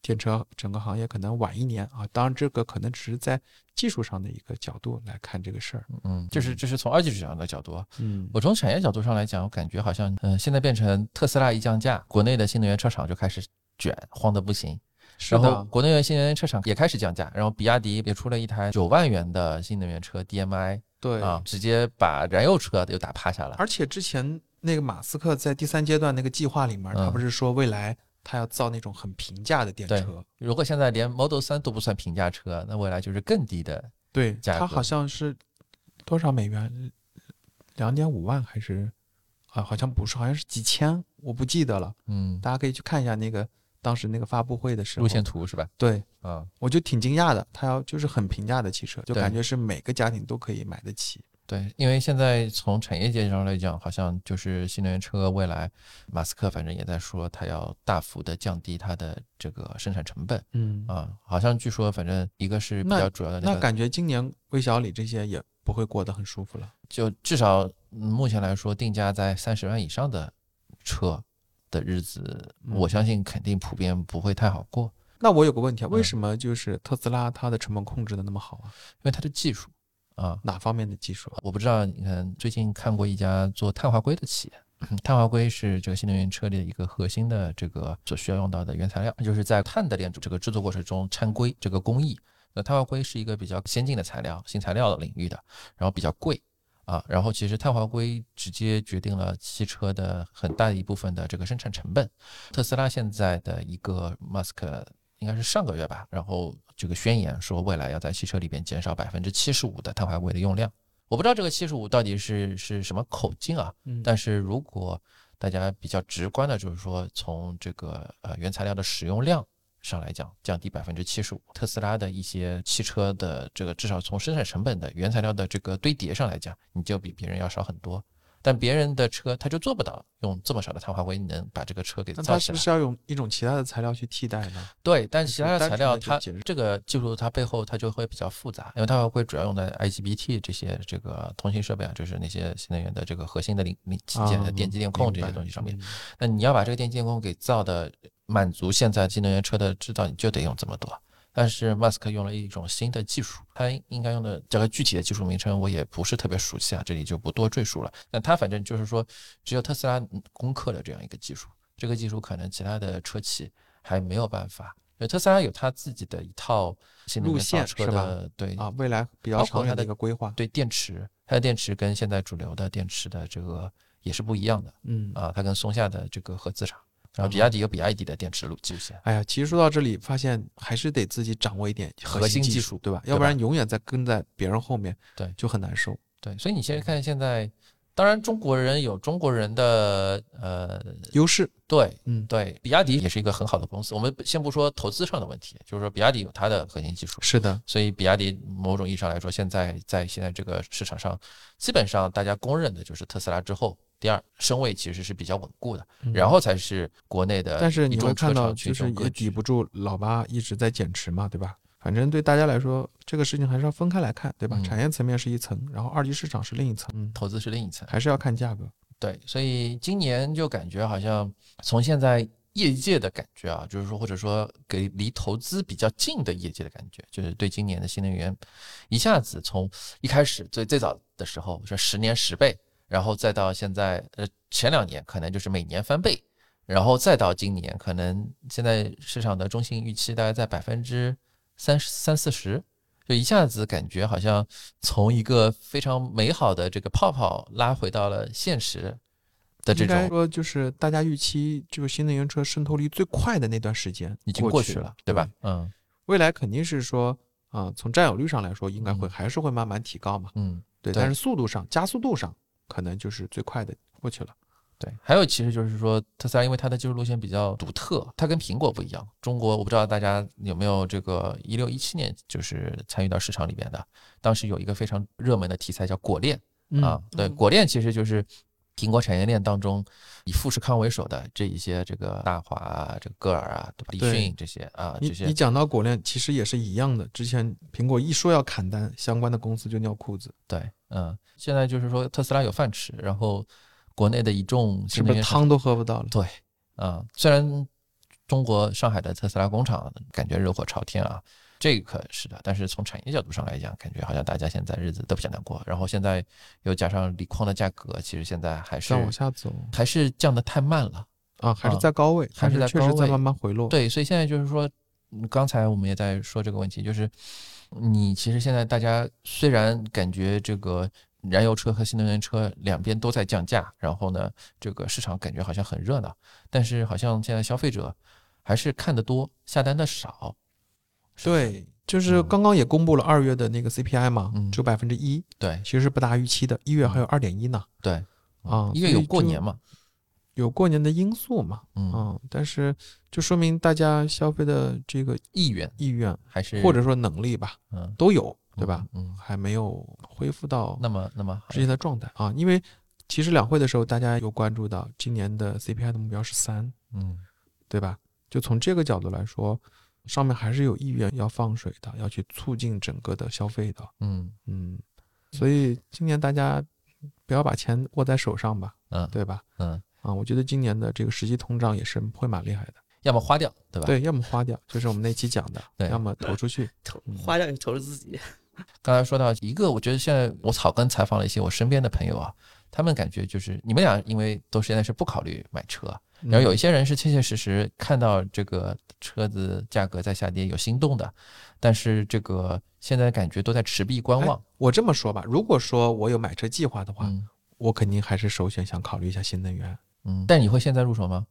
S4: 电车整个行业可能晚一年啊，当然这个可能只是在技术上的一个角度来看这个事儿。
S2: 嗯，这是这是从二级市场的角度啊，
S4: 嗯
S2: 我从产业角度上来讲，我感觉好像，嗯、现在变成特斯拉一降价，国内的新能源车厂就开始卷，慌得不行。
S4: 是
S2: 然后
S4: 的，
S2: 国内的新能源车厂也开始降价，然后比亚迪也出了一台九万元的新能源车 DMI
S4: 对。
S2: 啊，直接把燃油车又打趴下了。
S4: 而且之前那个马斯克在第三阶段那个计划里面，他
S2: 嗯
S4: 不是说未来他要造那种很平价的电
S2: 对
S4: 车？
S2: 如果现在连 Model 3都不算平价车，那未来就是更低的。
S4: 对，
S2: 价
S4: 它
S2: 格
S4: 好像是多少美元？两点五万还是啊？好像不是，好像是几千，我不记得了。
S2: 嗯，
S4: 大家可以去看一下那个当时那个发布会的时候，
S2: 路线图是吧？
S4: 对
S2: 啊，
S4: 我就挺惊讶的。它要就是很平价的汽车，就
S2: 对
S4: 感觉是每个家庭都可以买得起。
S2: 对，因为现在从产业界上来讲，好像就是新能源车未来，马斯克反正也在说，他要大幅的降低它的这个生产成本
S4: 嗯
S2: 啊。好像据说，反正一个是比较主要的
S4: 那
S2: 个，
S4: 感觉今年魏小李这些也不会过得很舒服了。
S2: 就至少嗯目前来说，定价在三十万以上的车的日子，
S4: 嗯
S2: 我相信肯定普遍不会太好过，
S4: 那我有个问题啊，为
S2: 嗯
S4: 什么就是特斯拉它的成本控制的那么好啊？
S2: 因为它的技术啊，
S4: 哪方面的技术啊？
S2: 我不知道，你看最近看过一家做碳化硅的企业。 碳化硅是这个新能源车里的一个核心的这个所需要用到的原材料，就是在碳的炼这个制作过程中掺硅这个工艺。那碳化硅是一个比较先进的材料，新材料领域的，然后比较贵啊。然后其实碳化硅直接决定了汽车的很大一部分的这个生产成本。特斯拉现在的一个 Musk 应该是上个月吧，然后这个宣言说未来要在汽车里边减少百分之七十五的碳化硅的用量。我不知道这个七十五到底是是什么口径啊，
S4: 嗯
S2: 但是如果大家比较直观的，就是说从这个呃原材料的使用量上来讲，降低百分之七十五，特斯拉的一些汽车的这个至少从生产成本的原材料的这个堆叠上来讲，你就比别人要少很多。但别人的车他就做不到用这么少的碳化硅能把这个车给
S4: 那
S2: 造啊
S4: 它
S2: 起
S4: 是
S2: 来
S4: 不。是要用一种其他的材料去替代呢？
S2: 对，但
S4: 就是
S2: 其他的
S4: 单
S2: 材
S4: 纯
S2: 料
S4: 的就
S2: 它
S4: 解释
S2: 这个技术它背后它就会比较复杂，因为它会主要用在 IGBT 这些这个通信设备啊，就是那些新能源的这个核心的零零
S4: 啊
S2: 器件的电机电控这些东西上面。那你要把这个电机电控给造的满足现在新能源车的制造，你就得用这么多。但是 Musk 用了一种新的技术，他应该用的这个具体的技术名称我也不是特别熟悉啊，这里就不多赘述了。但他反正就是说，只有特斯拉攻克了这样一个技术，这个技术可能其他的车企还没有办法。因为特斯拉有它自己的一套新能
S4: 路
S2: 源造
S4: 线
S2: 车
S4: 是吧
S2: 的对
S4: 啊，未来比较
S2: 包括
S4: 长
S2: 它
S4: 远的
S2: 的
S4: 一个规划。
S2: 对电池，它的电池跟现在主流的电池的这个也是不一样的。
S4: 嗯，
S2: 啊，它跟松下的这个合资厂，然后比亚迪有比亚迪的电池路路线，
S4: 哎呀，其实说到这里，发现还是得自己掌握一点
S2: 核
S4: 心
S2: 心技
S4: 术
S2: 术，
S4: 对吧？
S2: 对
S4: 要不
S2: 吧
S4: 然永远在跟在别人后面，
S2: 对
S4: 就很难受。
S2: 对，所以你现在看现在，当然中国人有中国人的呃，
S4: 优势，
S2: 对
S4: 嗯，
S2: 对，比亚迪也是一个很好的公司，我们先不说投资上的问题，就是说比亚迪有它的核心技术，
S4: 是的，
S2: 所以比亚迪某种意义上来说，现在在现在这个市场上，基本上大家公认的就是特斯拉之后。第二，身位其实是比较稳固的，嗯然后才是国内的
S4: 呃但是
S2: 一
S4: 你
S2: 众
S4: 会
S2: 车
S4: 看到，
S2: 厂群
S4: 就是
S2: 雄
S4: 也
S2: 格
S4: 抵
S2: 局
S4: 不住老八一直在减持嘛，对吧？反正对大家来说，这个事情还是要分开来看，对吧？
S2: 嗯
S4: 产业层面是一层，然后二级市场是另一层，嗯，
S2: 投资是另一层。
S4: 还是要看价格。
S2: 对，所以今年就感觉好像从现在业界的感觉啊，就是说或者说给离投资比较近的业界的感觉，就是对今年的新能源一下子从一开始最最早的时候说十年十倍，然后再到现在呃前两年可能就是每年翻倍，然后再到今年可能现在市场的中性预期大概在百分之三十三四十。就一下子感觉好像从一个非常美好的这个泡泡拉回到了现实的这
S4: 应该
S2: 种，
S4: 说就是大家预期就是新能源车渗透率最快的那段时间
S2: 已经
S4: 过
S2: 过去了，对吧？？嗯
S4: 未来肯定是说啊、从占有率上来说，应该
S2: 嗯
S4: 会还是会慢慢提高嘛。
S2: 嗯，
S4: 对，
S2: 对
S4: 但是速度上加速度上，可能就是最快的过去了。
S2: 对。还有其实就是说，特斯拉因为它的技术路线比较独特，它跟苹果不一样。中国我不知道大家有没有这个一六一七年就是参与到市场里面的，当时有一个非常热门的题材叫果链。啊，对，
S3: 嗯
S2: 果链其实就是苹果产业链当中以富士康为首的这一些这个大华啊、这个歌尔啊、对吧？立
S4: 对
S2: 讯这些啊，
S4: 你
S2: 这
S4: 你
S2: 些
S4: 讲到果链，其实也是一样的。之前苹果一说要砍单，相关的公司就尿裤子，
S2: 对，嗯，现在就是说特斯拉有饭吃，然后国内的一众
S4: 是
S2: 新
S4: 不
S2: 能
S4: 是
S2: 源
S4: 汤都喝不到了？
S2: 对，啊、虽然中国上海的特斯拉工厂感觉热火朝天啊，这个是的，但是从产业角度上来讲，感觉好像大家现在日子都比较难过，然后现在又加上锂矿的价格，其实现在还是
S4: 再往下走
S2: 还是降的太慢了。
S4: 啊，还是
S2: 啊
S4: 在高位，
S2: 还
S4: 但
S2: 是在
S4: 确
S2: 高
S4: 实在
S2: 位
S4: 慢慢回落。
S2: 对，所以现在就是说，嗯刚才我们也在说这个问题，就是你其实现在大家虽然感觉这个燃油车和新能源车两边都在降价，然后呢，这个市场感觉好像很热闹，但是好像现在消费者还是看得多，下单的少。是不是
S4: 对，就是
S2: 嗯
S4: 刚刚也公布了二月的那个 CPI 嘛，
S2: 嗯
S4: 只有百分之一，
S2: 对
S4: 其实是不达预期的。一月还有二点一呢，
S2: 对
S4: 啊
S2: 因为
S4: 所
S2: 有
S4: 以
S2: 过
S4: 就
S2: 年嘛，
S4: 有过年的因素嘛，
S2: 嗯，
S4: 啊，但是就说明大家消费的这个
S2: 意愿
S4: 意愿
S2: 还是
S4: 或者说能力吧，
S2: 嗯，
S4: 都有，对吧？
S2: 嗯？嗯，
S4: 还没有恢复到
S2: 那么那么
S4: 之前的状态啊，因为其实两会的时候大家有关注到今年的 CPI 的目标是三，
S2: 嗯
S4: 对吧？就从这个角度来说，上面还是有意愿要放水的，要去促进整个的消费的。
S2: 嗯
S4: 嗯，所以今年大家不要把钱握在手上吧，
S2: 嗯
S4: 对吧？
S2: 嗯，
S4: 啊，我觉得今年的这个实际通胀也是会蛮厉害的，
S2: 要么花掉，对吧？
S4: 对，要么花掉，就是我们那期讲的，
S2: 对
S4: 要么投出去，
S3: 投花掉你投了自己，
S2: 刚才说到一个，我觉得现在我草根采访了一些我身边的朋友啊，他们感觉就是你们俩因为都现在是不考虑买车，
S4: 嗯
S2: 然后有一些人是切切实实看到这个车子价格在下跌有心动的，但是这个现在感觉都在持币观望。
S4: 我这么说吧，如果说我有买车计划的话，
S2: 嗯
S4: 我肯定还是首选想考虑一下新能源。
S2: 嗯，但你会现在入手吗？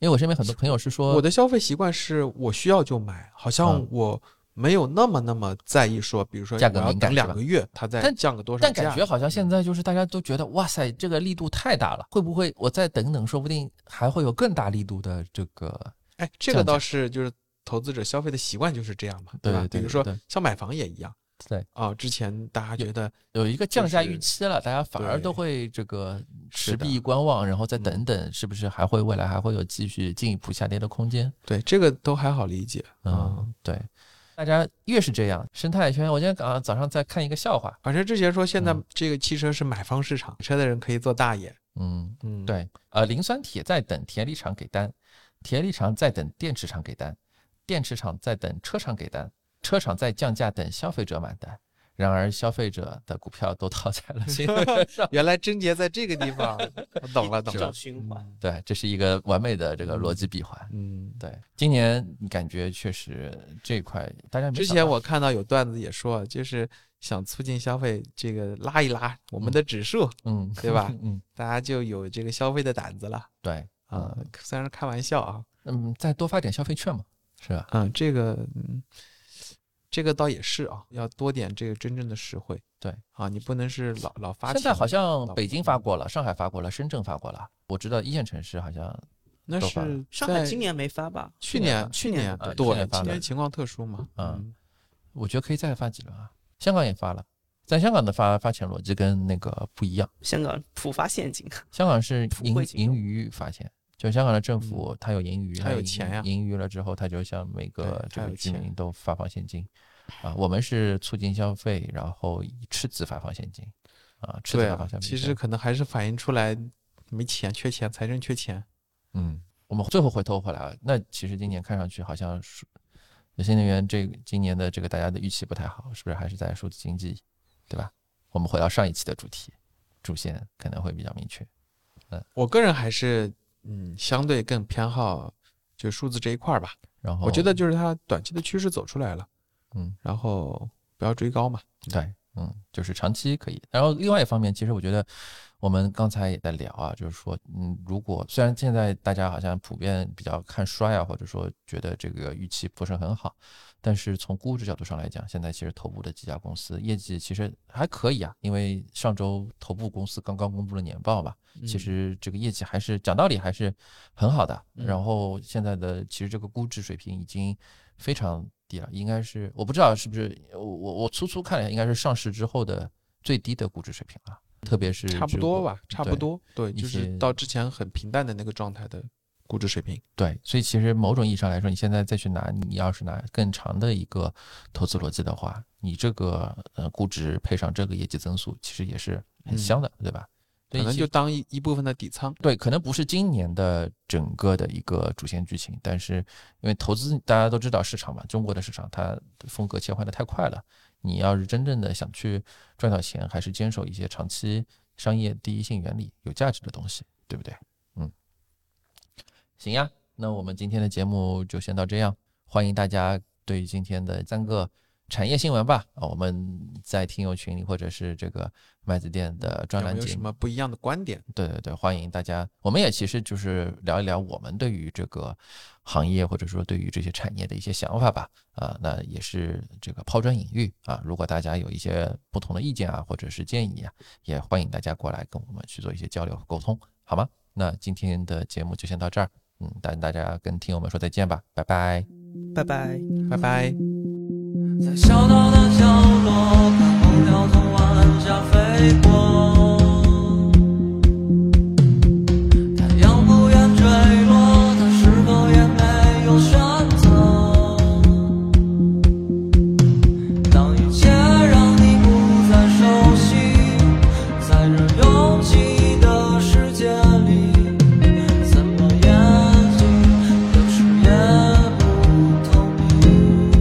S2: 因为我身边很多朋友是说，
S4: 我的消费习惯是我需要就买，好像
S2: 嗯
S4: 我没有那么那么在意说，比如说
S2: 价格
S4: 我要
S2: 敏感
S4: 等
S2: 是吧
S4: 两个月，它再
S2: 但
S4: 降个多少
S2: 但
S4: 价
S2: 感觉好像现在就是大家都觉得，哇塞，这个力度太大了，会不会我再等等，说不定还会有更大力度的这个
S4: 哎，这
S2: 降
S4: 个
S2: 价
S4: 倒是就是投资者消费的习惯就是这样嘛，
S2: 对
S4: 吧？
S2: 对
S4: 啊比如
S2: 对
S4: 说
S2: 对
S4: 像买房也一样，
S2: 对
S4: 啊、之前大家觉得
S2: 有一个降价预
S4: 是
S2: 期了，大家反而
S4: 对
S2: 都会这个
S4: 是
S2: 持
S4: 的嗯
S2: 币观望，然后再等等，是不是还会未来还会有继续进一步下跌的空间？
S4: 对这个都还好理解啊、
S2: 嗯，对，大家越是这样，生态圈。我今天早上早上在看一个笑话，
S4: 反正之前说现在
S2: 嗯
S4: 这个汽车是买方市场，买车的人可以做大爷，
S2: 嗯，
S4: 嗯，
S2: 对，呃，磷酸铁在等铁锂厂给单，铁锂厂在等电池厂给单，电池厂在等车厂给单，车厂在降价等消费者买单。然而，消费者的股票都套在了 新能源上。
S4: 原来症结在这个地 方，我懂了，懂
S3: 这种
S4: 了，
S3: 循环。
S2: 对，这是一个完美的这个逻辑闭环。
S4: 嗯。
S2: 对，今年感觉确实这一块大家没
S4: 之
S2: 想
S4: 前
S2: 到
S4: 我看到有段子也说，就是想促进消费，这个拉一拉我们的指数，
S2: 嗯
S4: 对吧
S2: 嗯
S4: 大家就有这个消费的胆子了
S2: 对
S4: 啊、
S2: 嗯
S4: 虽然是开玩笑啊，
S2: 嗯再多发点消费券嘛是吧？
S4: 嗯，这个嗯，这个倒也是啊，要多点这个真正的实惠。
S2: 对
S4: 啊，你不能是老老发
S2: 现
S4: 钱。
S2: 在好像
S4: 老
S2: 北京发过了，上海发过了，深圳发过了，我知道一线城市好像
S4: 那
S2: 都发了
S4: 是
S3: 上海
S4: 在
S3: 今年没发吧？
S4: 去
S2: 年
S4: 年去
S3: 年
S4: 年啊
S2: 呃去
S4: 对
S2: 年发
S4: 今
S2: 的
S4: 年情况特殊嘛，
S2: 嗯，我觉得可以再发几轮啊。香港也发了，但香港的发发钱逻辑跟那个不一样，
S3: 香港浦发陷阱，
S2: 香港是
S3: 普
S2: 盈
S3: 惠金
S2: 盈
S3: 融
S2: 余发钱。就香港的政府，它有盈余，
S4: 嗯它
S2: 它
S4: 有
S2: 盈
S4: 钱呀
S2: 盈余了之后，它就向每个
S4: 对
S2: 这
S4: 它
S2: 个
S4: 有
S2: 居
S4: 钱
S2: 民都发放现金，啊，我们是促进消费，然后以赤字发放现金，啊，赤字
S4: 对
S2: 发
S4: 啊
S2: 放现金。
S4: 其实可能还是反映出来没钱，缺钱，财政缺钱。
S2: 嗯，我们最后回头回来了，那其实今年看上去好像是有新能源这个今年的这个大家的预期不太好，是不是还是在数字经济，对吧？我们回到上一期的主题，主线可能会比较明确。
S4: 我个人还是嗯，相对更偏好就数字这一块儿吧。
S2: 然后
S4: 我觉得就是它短期的趋势走出来了，
S2: 嗯，
S4: 然后不要追高嘛。
S2: 对，嗯，就是长期可以。然后另外一方面，其实我觉得我们刚才也在聊啊，就是说，嗯，如果虽然现在大家好像普遍比较看衰啊，或者说觉得这个预期不是很好，但是从估值角度上来讲，现在其实头部的几家公司业绩其实还可以啊，因为上周头部公司刚刚公布了年报吧，
S4: 嗯
S2: 其实这个业绩还是讲道理还是很好的。
S3: 嗯
S2: 然后现在的其实这个估值水平已经非常低了，应该是我不知道是不是我我我粗粗看了一下，应该是上市之后的最低的估值水平了，特别是
S4: 嗯差不
S2: 这
S4: 多
S2: 个
S4: 吧，差不
S2: 对
S4: 多，对，
S2: 一
S4: 就是
S2: 些
S4: 到之前很平淡的那个状态的估值水平。
S2: 对，所以其实某种意义上来说，你现在再去拿，你要是拿更长的一个投资逻辑的话，你这个呃估值配上这个业绩增速，其实也是很香的，对吧？对
S4: 嗯可能
S2: 其
S4: 就当一一部分的底仓，
S2: 对，可能不是今年的整个的一个主线剧情，但是因为投资大家都知道市场嘛，中国的市场它风格切换的太快了。你要是真正的想去赚到钱，还是坚守一些长期商业第一性原理、有价值的东西，对不对？嗯，行呀，那我们今天的节目就先到这样，欢迎大家对今天的三个产业新闻吧啊，我们在听友群里或者是这个麦子店的
S4: 有
S2: 专
S4: 没
S2: 栏
S4: 有
S2: 节
S4: 什
S2: 目。
S4: 么不一样的观点？
S2: 对对对，欢迎大家。我们也其实就是聊一聊我们对于这个行业或者说对于这些产业的一些想法吧。啊，那也是这个抛砖引玉啊。如果大家有一些不同的意见啊，或者是建议啊，也欢迎大家过来跟我们去做一些交流和沟通，好吗？那今天的节目就先到这儿，嗯，大大家跟听友们说再见吧，拜拜。
S3: 拜拜。
S4: 拜拜。
S6: 在小岛的角落，看候鸟从晚霞飞过。太阳不愿坠落，它是否也没有选择？当一切让你不再熟悉，在这拥挤的世界里，怎么演戏有时也不透明。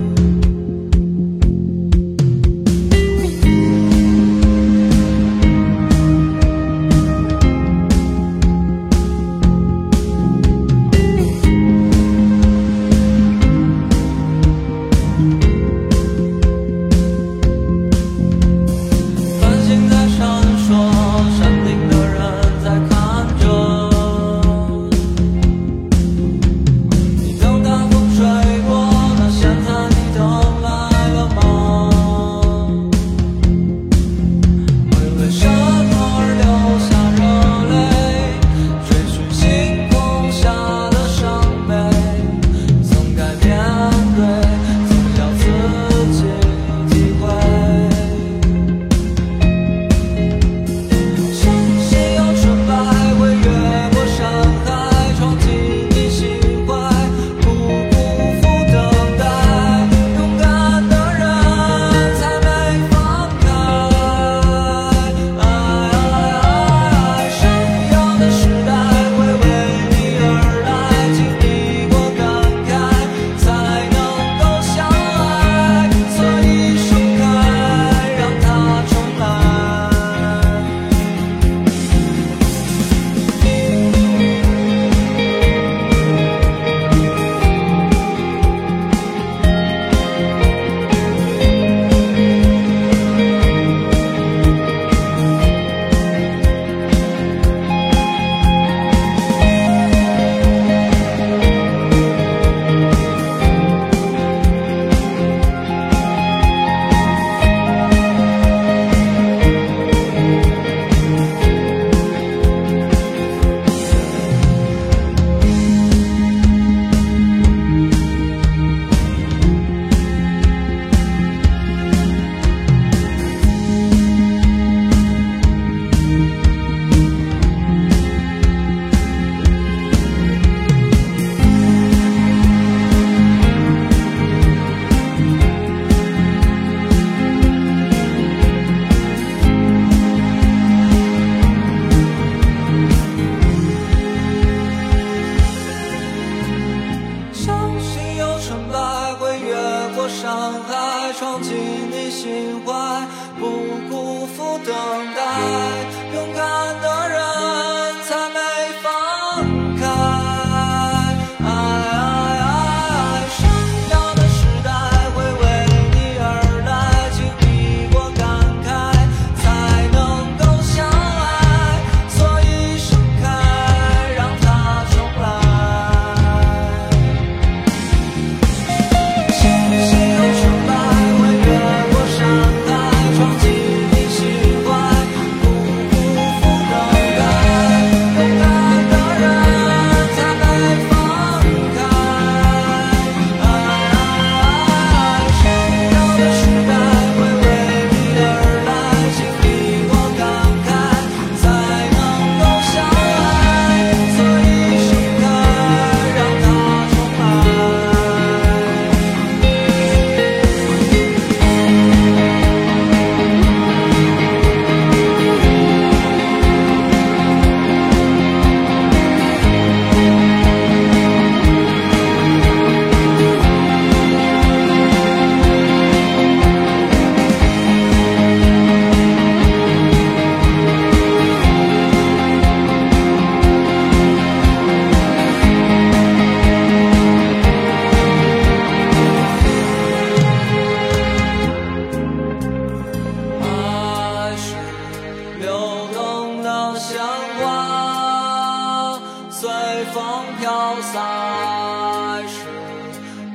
S6: 随风飘散，是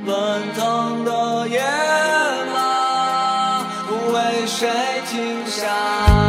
S6: 奔腾的野马为谁停下？